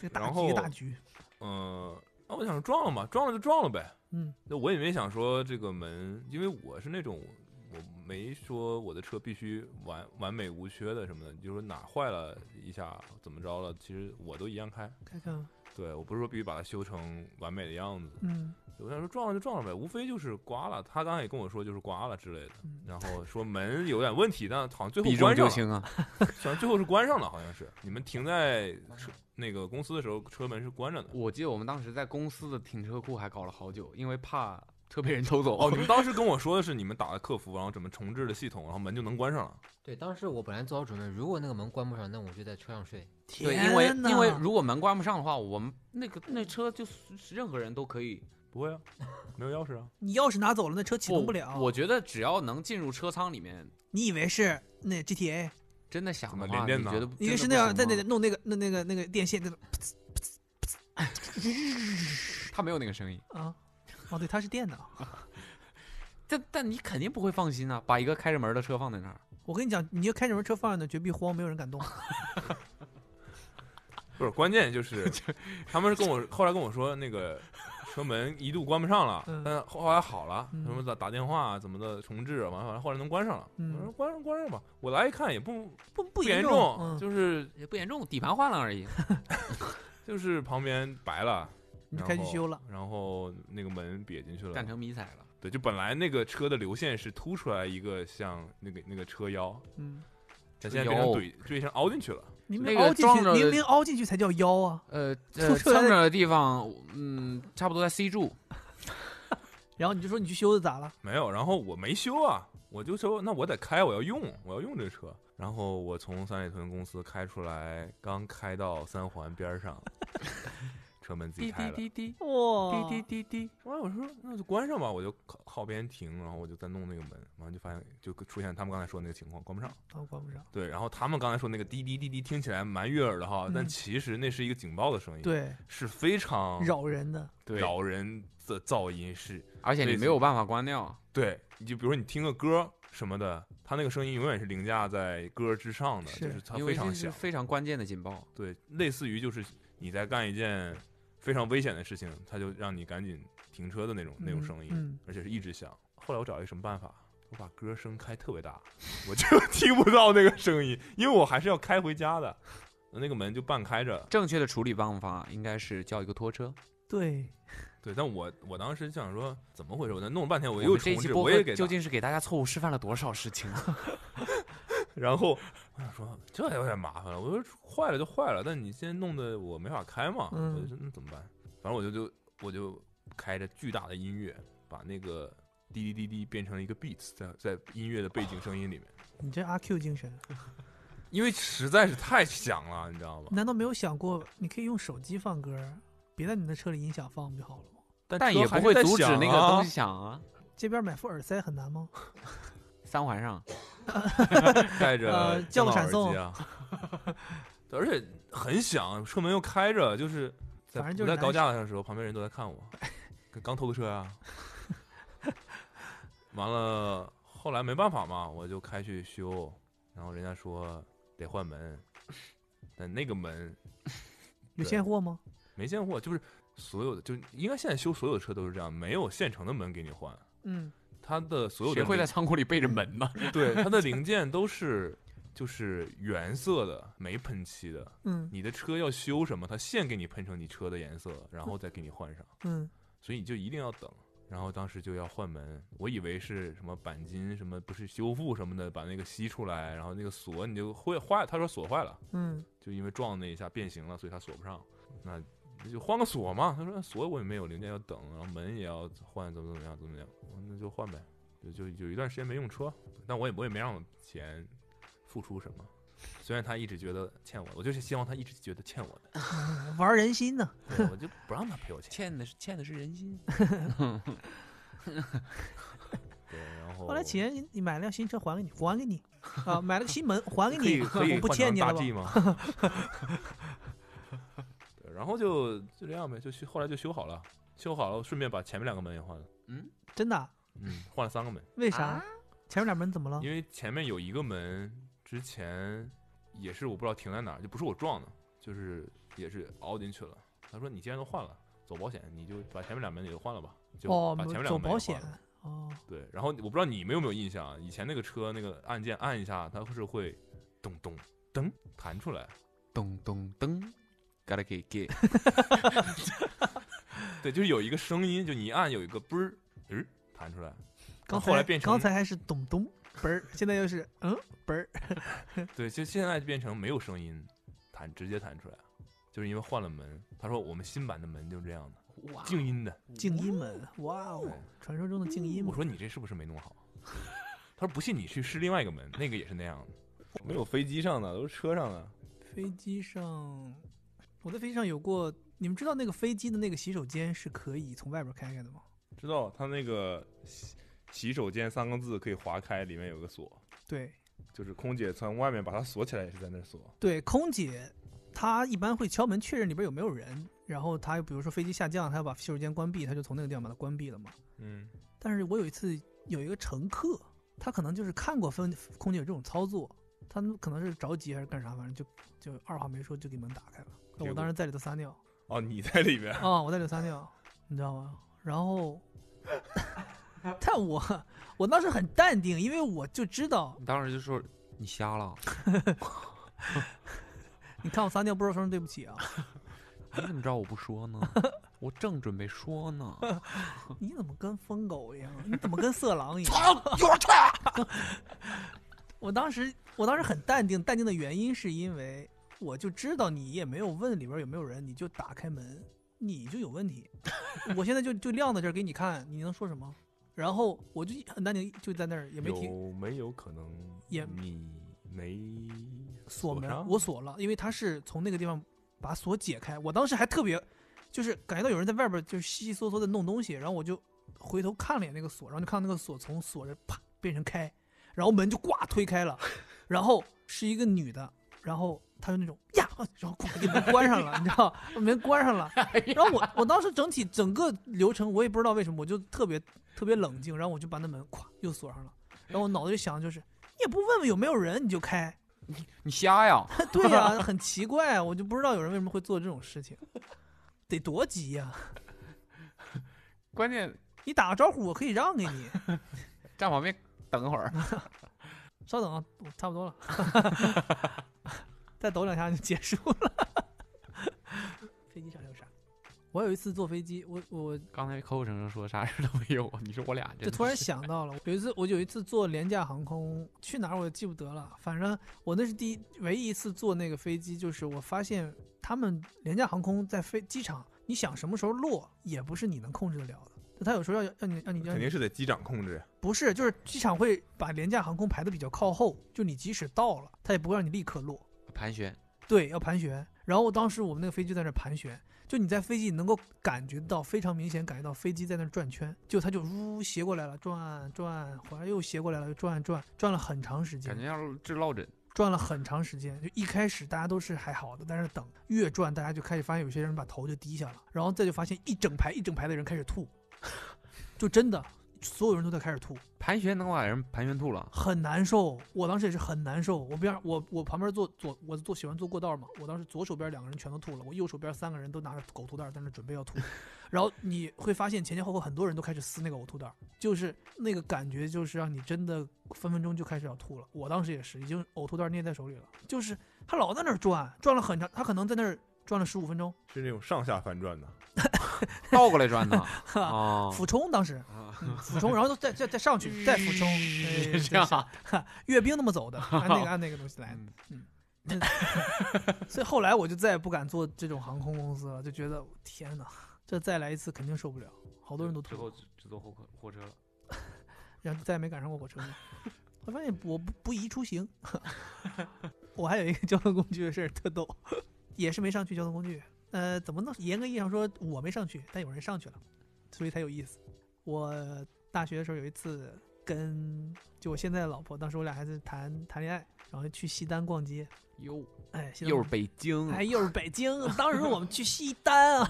这个大
然
局
后
大局，
嗯，那我想撞了嘛，撞了就撞了呗。
嗯，
那我也没想说这个门，因为我是那种我没说我的车必须完完美无缺的什么的，就是说哪坏了一下怎么着了，其实我都一样开。
看看，
对我不是说必须把它修成完美的样子，
嗯，
我想说撞了就撞了呗，无非就是刮了。他刚才也跟我说就是刮了之类的
嗯，
然后说门有点问题，但好像最后
避重
关上
就
了，
轻啊。
好像最后是关上了，好像是你们停在车那个公司的时候，车门是关着的。
我记得我们当时在公司的停车库还搞了好久，因为怕车被人偷走。
哦，你们当时跟我说的是你们打了客服，然后怎么重置的系统，然后门就能关上了。
对，当时我本来做好准备，如果那个门关不上，那我就在车上睡。
对，因为
天哪
因为如果门关不上的话，我们那个那车就是任何人都可以
不会啊，没有钥匙啊。
你钥匙拿走了，那车启动
不
不了。
我觉得只要能进入车舱里面，
你以为是那 GTA，
真的想的
怎么连
话，
电
你
呢
觉得
你以为是那样在那弄那个那那个那个电线那个
他没有那个声音，
啊？哦，对，它是电的。
但但你肯定不会放心啊，把一个开着门的车放在那儿，
我跟你讲，你就开着门车放着呢，绝壁荒，没有人敢动。
不是，关键就是 他们是跟我后来跟我说那个车门一度关不上了，
嗯
但是后来好了，
嗯
什么打打电话啊怎么的重置啊，完完后来能关上了。
嗯
我说关上关上吧，我来一看也不
不不
严
严
重，
嗯，
就是
也不严重，底盘换了而已。
就是旁边白了，
你就
然
开去
后
修了。
然后那个门瘪进去了
干。成迷彩了，
对，就本来那个车的流线是凸出来一个像那个那个车腰，
嗯，
但现在变成
车腰
怼变成凹进去了。
明
那
明
个
凹进
撞
去，
着
明明凹进去才叫腰啊。
呃
呃蹭
呃，蹭
着
着的地方，嗯，差不多在 C 柱，
然后你就说你去修的咋了？
没有，然后我没修啊，我就说那我得开，我要用，我要用这车。然后我从三里屯公司开出来，刚开到三环边儿上， 车门自己
滴
开
滴
了。
滴滴滴
哇，
滴滴滴，
完了我说那就关上吧，我就靠靠边停，然后我就再弄那个门，完了就发现就出现他们刚才说的那个情况，关不上。
啊，关不上。
对，然后他们刚才说那个滴滴滴滴听起来蛮悦耳的哈，但
嗯
其实那是一个警报的声音，，
对，
是非常
扰人的。
对
扰人的噪音，是
而且你没有办法关掉。
对，你就比如说你听个歌什么的，它那个声音永远是凌驾在歌之上的，
是
就是它
因为
非
这
常
是
响。
非常关键的警报。
对，类似于就是你在干一件非常危险的事情，它就让你赶紧停车的那种那种
嗯
声音，
嗯
而且是一直响。后来我找了一个什么办法，我把歌声开特别大，我就 听不到那个声音，因为我还是要开回家的，那个门就半开着。
正确的处理办法应该是叫一个拖车。
对，
对，但我我当时想说怎么回事，我那弄了半天，我
我
又
们这
重
一期
置，
播
我
客
也给
究
它
竟是给大家错误示范了多少事情啊？
然后我想说这有点麻烦了，我说坏了就坏了，但你现在弄得我没法开嘛，
嗯
我就说那怎么办？反正我就就我就开着巨大的音乐，把那个滴滴滴滴变成了一个 beats，在在音乐的背景声音里面，
你这阿 Q 精神，
哦因为实在是太响了，你知道吗？
难道没有想过你可以用手机放歌儿，别在你的车里音响放不就好了吗？
但
但也
车还
不
是
会
在
阻止
响
那个东
啊
西响啊。
街边买副耳塞很难吗？
三环上，
带着
呃
降噪
叫个闪
耳机啊， 对而且很响，车门又开着，就是在
反
不
正就是
在高
难
架的时候，旁边人都在看 我，刚刚偷个车啊。 完了，后来没办法嘛，我就开去修，然后人家说得换门，但那个门
有
对
现货吗？
没现货，就是所有的，就应该现在修所有的车都是这样，没有现成的门给你换，
嗯，
它的所有的
谁会
零
在仓库里背着门呢？
对，它的零件都是就是原色的，没喷漆的。
嗯
你的车要修什么，它现给你喷成你车的颜色，然后再给你换上，
嗯，
所以你就一定要等。然后当时就要换门，我以为是什么钣金什么，不是修复什么的，把那个吸出来，然后那个锁你就会坏，他说锁坏了，
嗯，
就因为撞那一下变形了，所以它锁不上。那那就换个锁嘛。他说锁我也没有零件要等，然后门也要换，怎么怎么样怎么样，我说那就换呗。就就有一段时间没用车，但我也我也没让钱付出什么。虽然他一直觉得欠我的，我就是希望他一直觉得欠我的，
玩人心呢。
对我就不让他赔我钱。
欠的是欠的是人心。
对，然后
后来企业你你买了辆新车还给你，还 给你，啊，买了个新门还给
可以
你，
可以
我不
换
欠
成
你
大
了吧
G？吗？对
然后就就这样呗，就修后来就修好了，修好了，顺便把前面两个门也换了，
真的啊？
嗯，换了三个门，
为
啊
啥？前面俩门怎么了？
因为前面有一个门之前也是我不知道停在哪儿，就不是我撞的，就是也是凹进去了。他说你既然都换了，走保险，你就把前面俩门也都换了吧，就
哦
把前面，两
走
个门也
保
换
险
了。
哦，
对，然后我不知道你们有没有印象，啊以前那个车那个按键按一下，它是会咚咚噔弹出来。
咚咚噔，gotta get get，
对，就是有一个声音，就你一按有一个嘣儿，嗯，弹出来。
刚
后来
才
变成
刚才还是咚咚嘣儿，现在又是嗯嘣儿，
对，就现在就变成没有声音弹，直接弹出来，就是因为换了门。他说我们新版的门就是这样的，
哇，
静音的。
静音门，哇哦，传说中的静音
我
门。
说你这是不是没弄好？ 他说不信你去试另外一个门，那个也是那样的。
没有飞机上的，都是车上的。
飞机上，我在飞机上有过，你们知道那个飞机的那个洗手间是可以从外边开开的吗？
知道它那个洗洗手间三个字可以划开，里面有个锁，
对
就是空姐从外面把它锁起来，也是在那儿锁。
对，空姐她一般会敲门确认里边有没有人，然后她又比如说飞机下降，她要把洗手间关闭，她就从那个地方把它关闭了嘛。
嗯，
但是我有一次有一个乘客，他可能就是看过分空姐有这种操作，他们可能是着急还是干啥，反正就就二话没说就给门打开了。
结
我
果
当时在里头撒尿
哦，你在里边，
啊、我在里头撒尿，你知道吗？然后，但我我当时很淡定，因为我就知道，
你当时就说你瞎了，
你看我撒尿不知道说声对不起啊，
你怎么知道我不说呢？ 我正准备说 呢。
你怎么跟疯狗一样？你怎么跟色狼一样？ 我当时，我当时很淡定，淡定的原因是因为我就知道你也没有问里边有没有人，你就打开门，你就有问题。我现在就就晾在这儿给你看，你能说什么？然后我就很淡定，就在那 儿也没停
有没有可能
也
你没
锁门，
上
我锁了，因为他是从那个地方把锁解开。我当时还特别，就是感觉到有人在外边就是悉悉嗦嗦的弄东西，然后我就回头看了一眼那个锁，然后就看到那个锁从锁着啪变成开，然后门就呱推开了，然后是一个女的，然后她就那种呀，然后咣给门关上了，你知道门关上了，然后我我当时整体整个流程我也不知道为什么，我就特别特别冷静，然后我就把那门咵又锁上了，然后我脑子里想的就是你也不问问有没有人你就开。
你瞎呀？
对呀、很奇怪，啊我就不知道有人为什么会做这种事情， 得多急呀、
关键
你打个招呼，我可以让给你。
站旁边等会儿。
稍等啊，我差不多了， 再抖两下就结束了。 飞机上还有啥？我有一次坐飞机，我我
刚才口口声声说啥事都没有，你说我俩真
就
的
突然
是
想到了，有一次我有一次坐廉价航空去哪儿我也记不得了，反正我那是第一唯一一次坐那个飞机，就是我发现他们廉价航空在飞机场，你想什么时候落也不是你能控制得了的，就他有时候要要你要你要
肯
你
定是得机长控制。
不是就是机场会把廉价航空排的比较靠后，就你即使到了，他也不会让你立刻落，
盘旋，
对，要盘旋。然后当时我们那个飞机在那儿盘旋，就你在飞机能够感觉到非常明显感觉到飞机在那儿转圈，就它就呜斜过来了，转转，回来又斜过来了，又转转，转了很长时间
感觉，像治落枕。
转了很长时间。就一开始大家都是还好的，但是等越转，大家就开始发现有些人把头就低下了，然后再就发现一整排一整排的人开始吐， 就真的所有人都在开始吐。
盘旋能把人盘旋吐 了，
很难受，我当时也是很难受。我边我我旁边坐左我坐喜欢坐过道嘛，我当时左手边两个人全都吐了，我右手边三个人都拿着呕吐袋在那准备要吐，然后你会发现前前后后很多人都开始撕那个呕吐袋，就是那个感觉就是让你真的分分钟就开始要吐了。我当时也是已经呕吐袋捏在手里了，就是他老在那儿转，转了很长，他可能在那儿转了十五分钟，
是那种上下翻转的，
倒过来 转的啊
俯冲当时嗯俯冲，然后再再再上去再俯冲，哎
这样啊
阅兵那么走的，按那 个按那个东西来的。
嗯
所以后来我就再也不敢做这种航空公司了，就觉得天哪，这再来一次肯定受不了，好多人都
最
吐
后
了，
只只坐火车火车了。
然后就再也没赶上过火车了。我发现我不不宜出行。 我还有一个交通工具的事儿特逗，也是没上去交通工具。呃，怎么能严格意义上说我没上去，但有人上去了，所以才有意思。我大学的时候有一次跟就我现在的老婆，当时我俩还在谈谈恋爱，然后去西单逛街，
哟，
哎，西单
又是北京，
哎，又是北 京，当时我们去西单啊，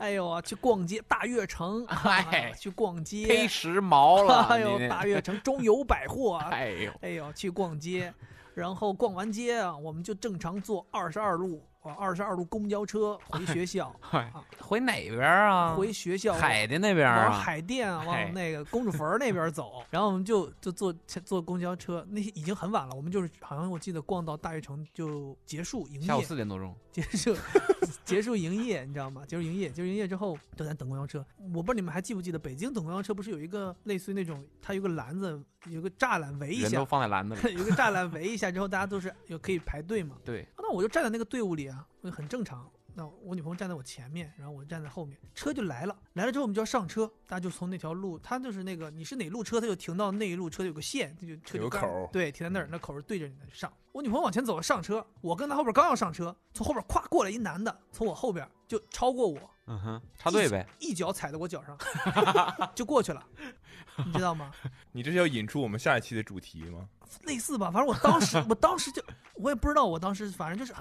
哎呦啊，去逛街，大悦城，
哎
啊去逛
忒
街，
时髦 了，啊
哎
你
呦，
那
大悦城中友百货啊，
哎呦，
哎呦，去逛街，然后逛完街啊，我们就正常坐二十二路啊，二十二路公交车回学校，
嗨回哪边儿 啊？
回学校
海的那边儿
往
啊？
海淀啊，
哎
往那个公主坟儿那边 走，然后我们就就坐坐公交车，那已经很晚了，我们就是好像我记得逛到大悦城就结束营
下午
业，
四点多钟，
结束 结束营业，你知道吗？结束营业，结束营业之后就在等公交车。我不知道你们还记不记得，北京等公交车不是有一个类似于那种，它有个篮子，有个栅栏围一
人 都
下，
放在篮子里。
有一个栅栏围一下之后，大家都是有可以排队嘛。
对，
啊那我就站在那个队伍里啊，我就很正常。那我女朋友站在我前面，然后我站在后面，车就来了。来了之后，我们就要上车，大家就从那条路，它就是那个你是哪路车，它就停到那一路车有个线，就车
有个
就刚
口儿嗯
对，停在那儿，那口是对着你的上。我女朋友往前走上车，我跟她后边刚要上车，从后边咵过来一男的，从我后边就超过我，
嗯哼，插队呗。
一脚踩在我脚上， 就过去了，你知道吗？
你这是要引出我们下一期的主题吗？
类似吧，反正我当时，我当时就，我也不知道，我当时反正就是，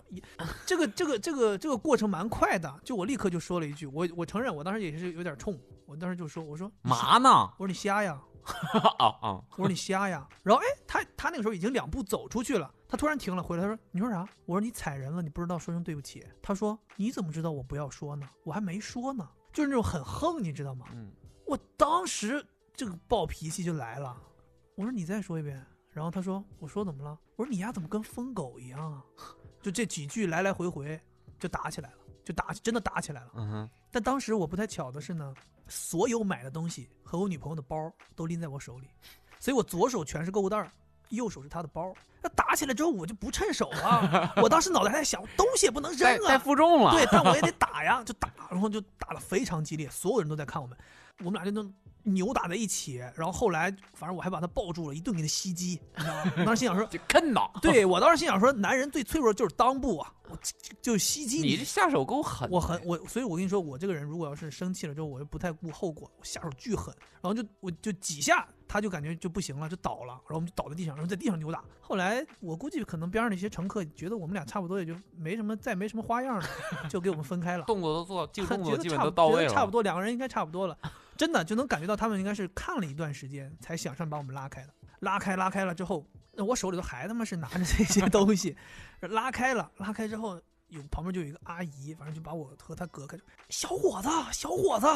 这个这个这个这个过程蛮快的，就我立刻就说了一句，我我承认我当时也是有点冲，我当时就说，我说你瞎
嘛 呢？
我说你瞎呀，
啊啊！
我说你瞎呀，然后哎，他他那个时候已经两步走出去了，他突然停了，回来他说你说啥？我说你踩人了，你不知道，说声对不起。他说你怎么知道我不要说呢？我还没说呢，就是那种很横，你知道吗？
嗯，
我当时这个暴脾气就来了，我说你再说一遍。然后他说我说怎么了？我说你丫怎么跟疯狗一样啊？ 就这几句来来回回就打起来了，就打真的打起来了。
嗯哼，
但当时我不太巧的是呢，所有买的东西和我女朋友的包都拎在我手里，所以我左手全是购物袋儿，右手是她的包。那打起来之后我就不趁手了，我当时脑袋还在想，东西也不能扔
带带
啊，
负重了。
对，但我也得打呀，就打，然后就打得非常激烈，所有人都在看我们，我们俩就能扭打在一起。然后后来，反正我还把她抱住了，一顿给她袭击，你知道吗？我当时心 想说，
就啃脑。
对我当时心想说，男人最脆弱就是裆部啊，我就就袭击
你这下手够狠的，
我很我，所以我跟你说，我这个人如果要是生气了之后，我就不太顾后果，我下手巨狠，然后就我就几下，他就感觉就不行了，就倒了，然后我们就倒在地上，然后在地上扭打。后来我估计可能边上那些乘客觉得我们俩差不多，也就没什么再没什么花样了，就给我们分开了。
动作都做，这个 动
觉
作
得
基本
差
都
不
到
觉得
位了，
差不多两个人应该差不 多了，真的就能感觉到他们应该是看了一段时间才想上把我们拉开的。拉开拉开了之后，那我手里头还他妈是拿着这些东西，拉开了拉开之后，有旁边就有一个阿姨，反正就把我和她隔开，就小伙子小伙子。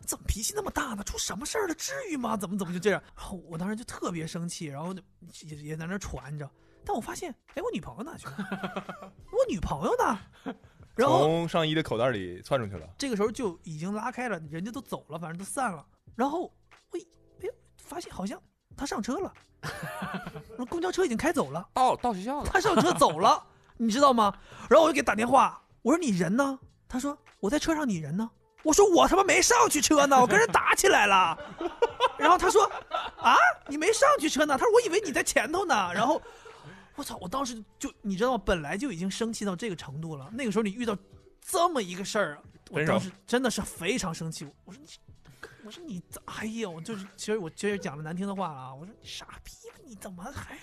怎么脾气那么大呢？出什么事儿了？至于吗？怎么怎么就这样？然后我当时就特别生气，然后就也也在那儿传，你知道。但我发现，哎，我女朋友哪去了？ 我女朋友呢？然后
从上衣的口袋里窜出去了。
这个时候就已经拉开了，人家都走了，反正都散了。然后我一哎呦，发现好像他上车了，然后公交车已经开走了，
到到学校了。
他上车走了，你知道吗？然后我就给他打电话，我说你人呢？他说我在车上，你人呢？我说我他妈没上去车呢，我跟人打起来了。然后他说啊，你没上去车呢？他说我以为你在前头呢。然后我操，我当时就你知道吗？本来就已经生气到这个程度了，那个时候你遇到这么一个事儿，啊我
分手
当时真的是非常生气。我说你。我说你，哎呀，我就是，其实我其实讲了难听的话了啊，我说你傻逼吧，你怎么还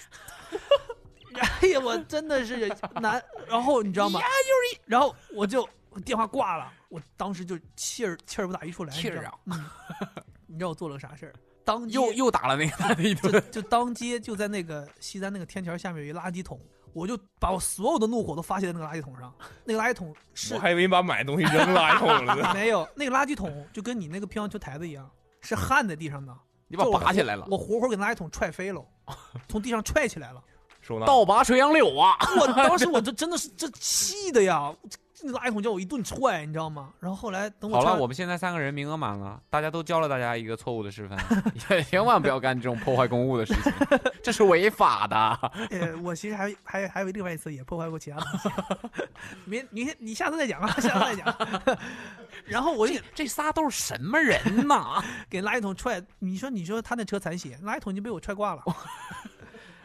哎呀，我真的是难。然后你知道吗？然后我就我电话挂了，我当时就气儿气儿不打一处来，你知
气儿啊
道吗？嗯你知道我做了个啥事儿？当街
又又打了那个 他的一
就
顿，
就当街就在那个西单那个天桥下面有一垃圾桶，我就把我所有的怒火都发泄在那个垃圾桶上。那个垃圾桶是
我还以为你把买东西扔垃圾桶了呢。哎
没有，那个垃圾桶就跟你那个乒乓球台子一样，是焊在地上的。
你把
就我
拔起来了，
我活活给垃圾桶踹飞了，从地上踹起来了。
收纳。
倒拔垂杨柳啊！
我当时我就真的是这气的呀，这垃圾桶叫我一顿踹，你知道吗？然后后来等我
好
踹
了，
完
我们现在三个人名额满了，大家都教了大家一个错误的示 范，也千万不要干这种破坏公物的事 情，这是违法的。
呃，我其实还还还有另外一次也破坏过其他东西， 明明天你下次再讲啊，下次再讲。 然后我就
这 这仨都是什么人呐？
给垃圾桶踹，你说你说他那车残血，垃圾桶已经被我踹挂了。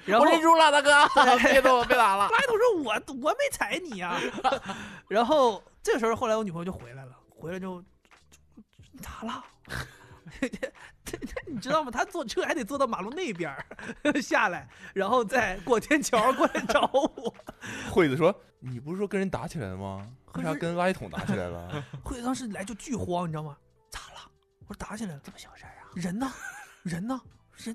然
哦我
后
认
垃
输了，大哥， 别动我，别打 了。
圾桶说我我没踩你啊呀、然后这个时候后来我女朋友就回来了，回来之后你咋了？ 你知道吗？他坐车还得坐到马路那边儿 下来，然后再过天桥 过来找我。
惠子说：“你不是说跟人打起来了吗？
可
为
是
啥跟垃圾桶打起来 了？
会当时来就巨慌，你知道吗？咋了？我说打起来了，这么小事啊？人呢？人呢？人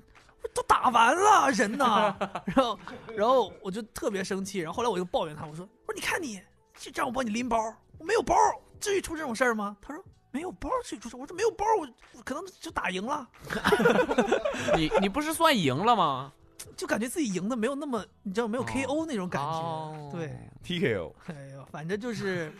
我说都打完了，人呢？ 然后然后我就特别生气，然后后来我就抱怨他，我说我说你看你，就让我帮你拎包，我没有包，至于出这种事儿吗？他说。没有包至于出事，我说没有包，我我可能就打赢了，
你你不是算赢了吗？
就感觉自己赢的没有那么，你知道没有
哦
KO 那种感觉。
哦
对，
TKO
哎呦，反正就是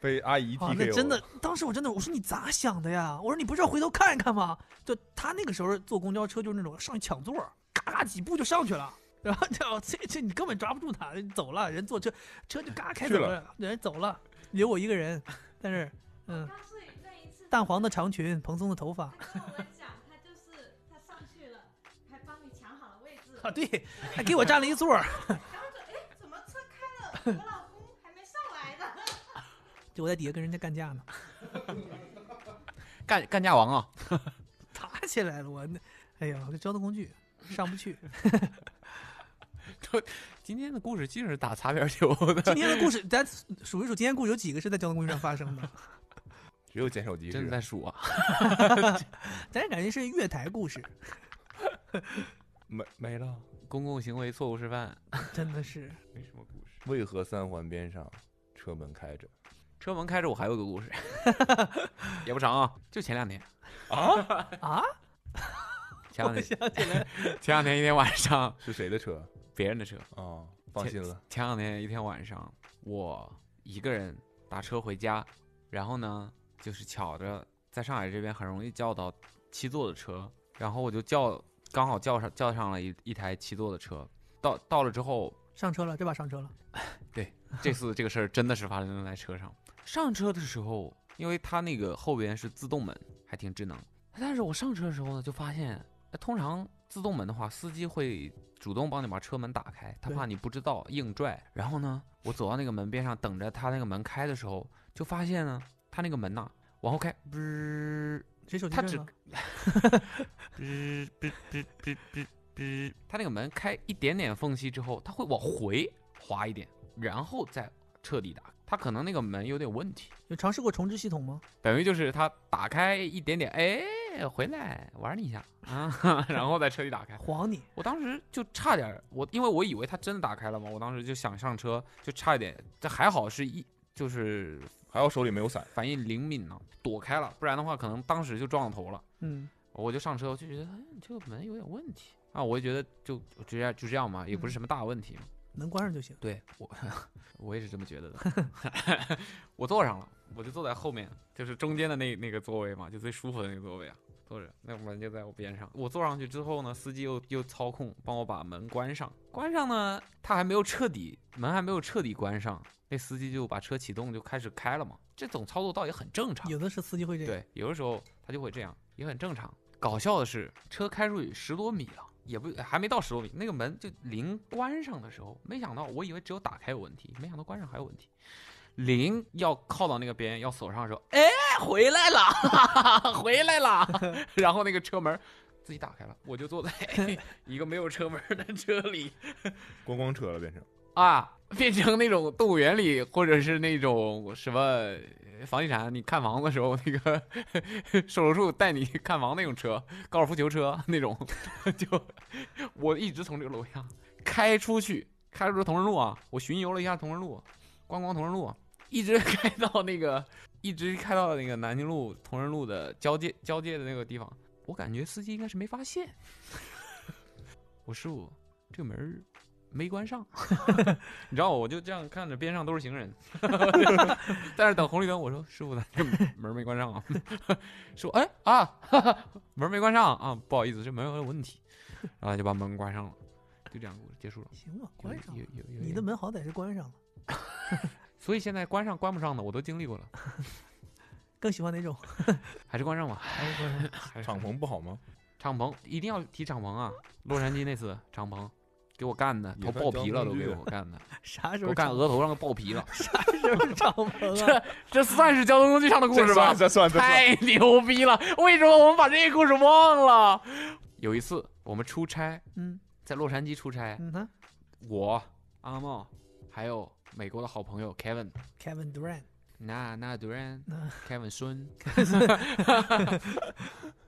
被阿姨
啊
TKO，，
那真的，当时我真的，我说你咋想的呀？我说你不是要回头看一看吗？就他那个时候坐公交车就是那种上去抢座儿，嘎嘎几步就上去了， 然后就这这你根本抓不住他，走了，人坐车车就嘎开走
去
了，人走了，留我一个人，但是嗯，淡黄的长裙，蓬松的头发啊，对，还给我占了一座儿， 就我在底下跟人家干架呢，
干干架王啊！
打起来了，我那，哎呀，我这交通工具上不去。
今天的故事竟是打擦边球 的，
今天的故事，咱数一数，今天故事有几个是在交通工具上发生的？
只有捡手机
真的
是吧
在数 啊！
咱感觉是月台故事，
没没了。
公共行为错误示范，
真的是
没什么故事。
为何三环边上车门开着？
车门开着，我还有个故事， 也不长啊，就前两天，
啊！
前 两
我
天
想起来，
前两天一天晚上，
是谁的车？啊
别人的车，嗯
哦，放心了，
前两天一天晚上，我一个人打车回家，然后呢，就是巧着在上海这边很容易叫到七座的车，然后我就叫，刚好叫上叫上了一一台七座的车。到到了之后，
上车了，这把上车了，
这次这个事儿真的是发生在车上。上车的时候，因为它那个后边是自动门，还挺智能。但是我上车的时候呢，就发现，哎通常自动门的话，司机会主动帮你把车门打开，他
对
怕你不知道硬拽。然后呢，我走到那个门边上，等着他那个门开的时候，就发现呢，他那个门呐、往后开，不是
谁手机啊
他
震
只
了？
哔哔哔哔哔哔，它那个门开一点点缝隙之后，它会往回滑一点，然后再彻底打开。它可能那个门有点问题，
有尝试过重置系统吗？
等于就是它打开一点点，哎，回来玩你一下啊， 然后再彻底打开。
晃你，
我当时就差点儿，我因为我以为它真的打开了嘛，我当时就想上车，就差一点，这还好是一就是
还好手里没有伞。
反应灵敏呢、躲开了，不然的话可能当时就撞头了。
嗯，
我就上车，我就觉得，哎，这个门有点问题啊，我就觉得就就这样就这样嘛，也不
嗯
是什么大问题嘛。
能关上就行。
对我，我也是这么觉得的。 我坐上了，我就坐在后面，就是中间的那那个座位嘛，就最舒服的那个座位啊，坐着，那门就在我边上。我坐上去之后呢，司机又又操控帮我把门关上，关上呢，他还没有彻底门还没有彻底关上，那司机就把车启动就开始开了嘛，这种操作倒也很正常。
有的是司机会这样，
对，有的时候他就会这样，也很正常。搞笑的是，车开出去十多米了，也不还没到十多米，那个门就临关上的时候，没想到我以为只有打开有问题，没想到关上还有问题。临要靠到那个边要锁上的时候，哎，回来了， 回来了，然后那个车门自己打开了，我就坐在 一个没有车门的车里，
观光车了变成。
啊，变成那种动物园里或者是那种什么呃房地产，你看房的时候那个售楼处带你看房那种车，高尔夫球车那种， 就我一直从这个楼下开出去，开出同仁路啊，我巡游了一下同仁路，观光同仁路，啊一直开到那个 一直开到那个南京路同仁路的交界交界的那个地方，我感觉司机应该是没发现， 我师傅这个门儿没关上。你知道，我就这样看着边上都是行人， 但是等红绿灯，我说师傅，咱这门没关上啊。 师傅，哎啊， 哈哈门没关上啊，不好意思，这门有问题，然后就把门关上了，就这样故事结束了。
行吧，关上
有
了。
有有有
你的门好歹是关上了，
所以现在关上关不上的我都经历过了，
更喜欢哪种？
还是关上吧。还是
敞篷不好吗？
敞篷一定要提敞篷啊！洛杉矶那次敞篷，给我干的，
也
头
算
爆皮
交
了
通
都
工
给
具
我干的，
啥时
给
候
我干
涨
额头上都爆皮了。
啥时候涨棚啊？
这这算是交通工具上的故事吧？
这 算这算，
太牛逼了！为什么我们把这个故事忘了？
有一次我们出差，
嗯
在洛杉矶出差，
嗯哼
我阿茂还有美国的好朋友 Kevin，
，Kevin Durant，
那那主任
那
Kevin 孙，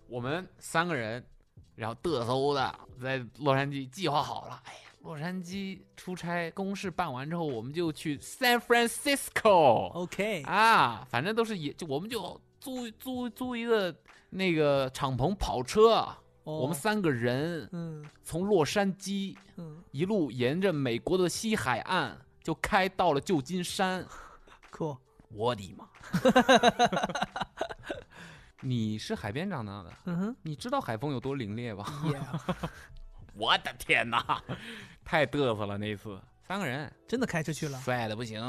我们三个人，然后嘚瑟的在洛杉矶计划好了，哎呀，洛杉矶出差公事办完之后，我们就去 San Francisco。
OK，
啊，反正都是野，就我们就租租租一个那个敞篷跑车，啊我们
哦
三个人
嗯
从洛杉矶
嗯
一路沿着美国的西海岸就开到了旧金山，
，cool，
我的妈！ 你是海边长大的，
嗯 哼
你知道海风有多凌冽吧？
，Yeah，
我的天哪， 太嘚瑟了那次，三个人
真的开车去了，
帅的不行，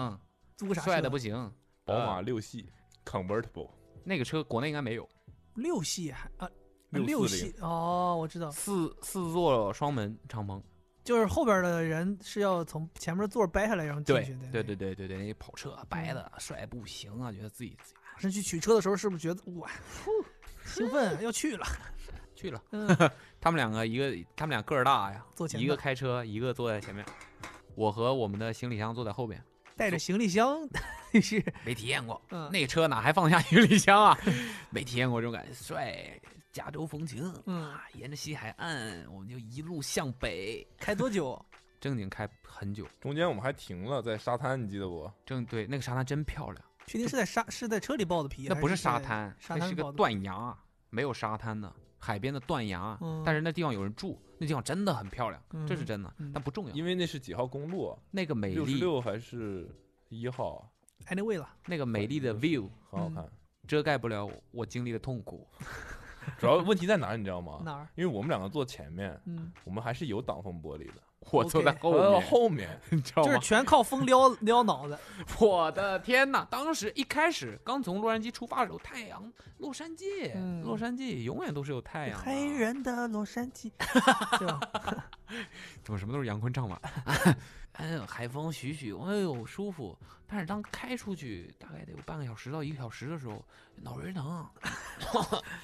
租个啥车？
帅的不行。
宝马六系 convertible，
那个车国内应该没有，
六系还啊。
六
六
四零
系哦，我知道，
四四座双门敞篷。
就是后边的人是要从前面座掰下来，然后进
对
去嗯的。
对对，对对对，那跑车白的帅不行啊，觉得自己自己
甚至去取车的时候，是不是觉得哇，兴奋啊要去了？
去了。
嗯，
他们两个一个他们俩个儿大呀，
坐前
一个
排
开车，一个坐在前面，我和我们的行李箱坐在后边，
带着行李箱， 是
没体验过。
嗯
那车哪还放得下行李箱啊？ 没体验过这种感觉，帅，加州风情
嗯，
啊！沿着西海岸，我们就一路向北，
开多久？
正经开很久。
中间我们还停了在沙滩，你记得不？
正对，啊那个沙滩真漂亮，
确定是在沙是在车里爆的皮？
那不
还
是
是
沙
在
滩，
沙
那
滩
是个
爆的
断崖，啊没有沙滩的，海边的断崖啊
嗯。
但是那地方有人住，那地方真的很漂亮，这
嗯
是真的
嗯，
但不重要。
因为那是几号公路啊？
那个美
六十
丽，
六还是一号啊？
anyway 了，
那个美丽的
嗯
view
很好看。
遮盖不了我经历的痛苦。
主要问题在哪儿，你知道
哦
吗？
哪儿？
因为我们两个坐前面，
嗯，
我们还是有挡风玻璃的。
我坐在
OK
后
呃
面，
后面
你知道
就是
吗？
全靠风撩撩脑 子。
我的天哪！当时一开始刚从洛杉矶出发的时候，太阳，洛杉矶，
嗯
洛杉矶永远都是有太阳的。啊
黑人的洛杉 矶，对吧？
怎么什么都是杨坤唱吧？ 哎呦，海风徐徐，哎呦舒服。但是当开出去大概得有半个小时到一个小时的时候，脑仁 疼，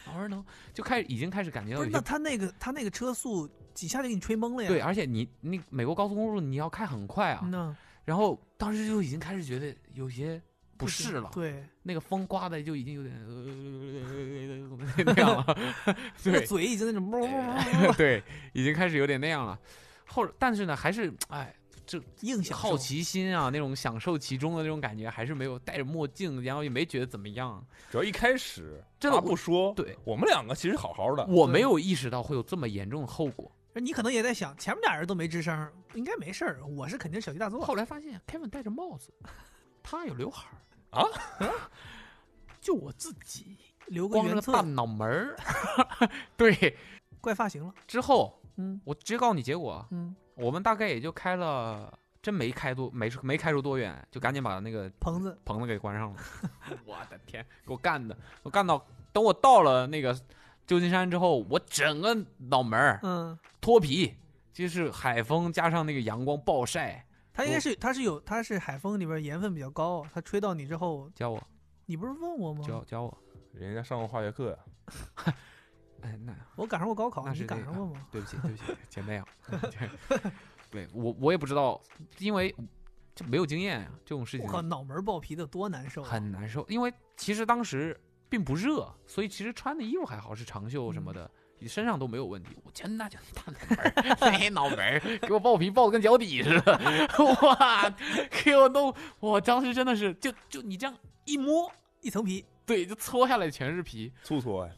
脑仁疼，就开始已经开始感觉
不
到
是，
有
那
些
他那个他那个车速几下就给你吹懵了呀？
对，而啊且你那美国高速公路你要开很快啊，
嗯呐，
然后当时就已经开始觉得有些不
行
适了，
对，
那个风刮的就已经有点呃那样了，
那个
对
嘴已经那种啵啵啵啵
对，已经开始有点那样了。后但是呢，还是哎，
硬想
好，奇心啊，那种享受其中的那种感觉，还是没有戴着墨镜，然后也没觉得怎么样。
主要一开始
真的
他不说，
对
我们两个其实好好的，
我没有意识到会有这么严重的后果。
你可能也在想，前面俩人都没吱声，应该没事儿，我是肯定小题大做。
后来发现 Kevin 戴着帽子，他有刘海儿
啊，
就我自己
留个
光着
原
个大
测，
脑门儿。 对，
怪发型了。
之后
嗯
我直接告诉你结果，
嗯，
我们大概也就开了，真没开多，没没开出多远，就赶紧把那个
棚子
棚子给关上了。 我的天，给我干的！我干到等我到了那个旧金山之后，我整个脑门儿
嗯，
脱皮，就是海风加上那个阳光暴晒，
它应该
我
是它是有它是海风里边盐分比较高，它吹到你之后，
教我
你不是问我
教
吗？
教我。
人家上过化学课呀。
哎，那
我赶上过高考，
那
你
是
赶
那
上
个
过吗？
对不起，对不起，姐妹啊， 对我我也不知道，因为就没有经验啊，这种事
我
情
靠，脑门爆皮的多难受啊！
很难受，因为其实当时并不热，所以其实穿的衣服还好，是长袖什么的，你身上都没有问题。我真的就大脑门儿，那脑门儿给我爆皮爆的跟脚底似的， 哇，给我弄，我当时真的是就就你这样一摸，
一层皮
对，就搓下来全是皮，
搓搓 呀，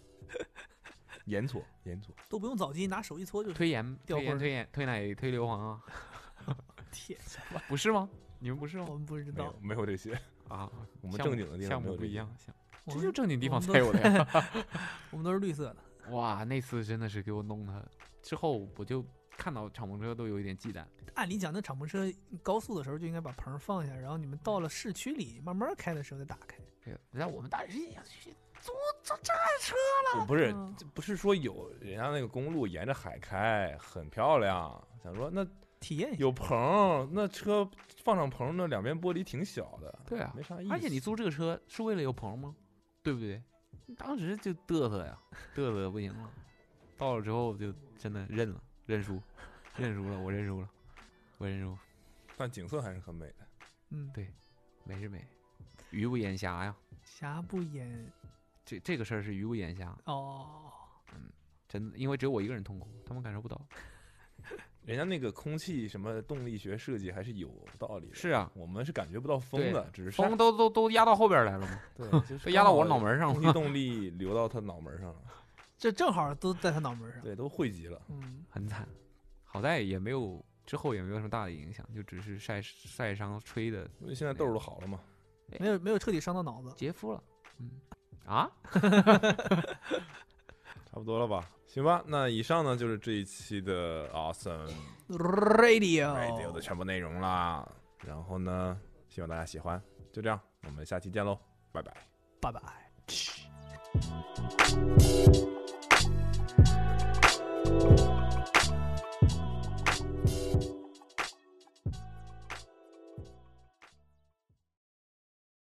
盐搓盐搓，
都不用澡巾，拿手一搓就
推盐、
掉灰
推盐、
儿
推盐、推奶、推硫磺啊，
贴。
不是吗？你们不是 吗
我？们不知
没
道
有，没有这些，
啊，
我们
项
正
目
经的地方
项
没有
目不
这
一
些
样，项
我
这就
们
正经地
我
方
们都
才有的呀。
我们都是绿色的。
哇，那次真的是给我弄的，之后我就看到敞篷车都有一点忌惮。
按理讲，那敞篷车高速的时候就应该把棚放下，然后你们到了市区里慢慢开的时候再打开。
对，然后我们大学也去租租这车，
不是
嗯
这不是说有人家那个公路沿着海开很漂亮，想说那
体验一下。
有棚，那车放上棚，那两边玻璃挺小的，
对啊
没，啥意思。
而且你租这个车是为了有棚吗？对不对？当时就嘚瑟呀， 嘚瑟得不行了。到了之后就真的认了，认输，认输了，我认输了，我认输，
但景色还是很美的。
嗯，
对美是美，鱼不眼瞎呀。
瑕不掩
这这个事儿是鱼不眼瞎，
哦，
真的，因为只有我一个人痛苦，他们感受不到。
人家那个空气什么动力学设计还是有道理的，
是啊，
我们是感觉不到风
对
的，只是
风都都都压到后边来了嘛，
对，就是
都压到我
刚好
脑门上
空 气
了，
动力流到他脑门上了，
这正好都在他脑门上。
对，都汇集了。
嗯，
很惨。好在也没有之后也没有什么大的影响，就只是晒晒伤吹的
因为现在痘儿都好了嘛，
没有没有彻底伤到脑子。
杰夫了。嗯啊，
差不多了吧？行吧，那以上呢就是这一期的 Awesome Radio 的
Radio，
全部内容啦。然后呢，希望大家喜欢，就这样，我们下期见喽，拜拜。
拜拜。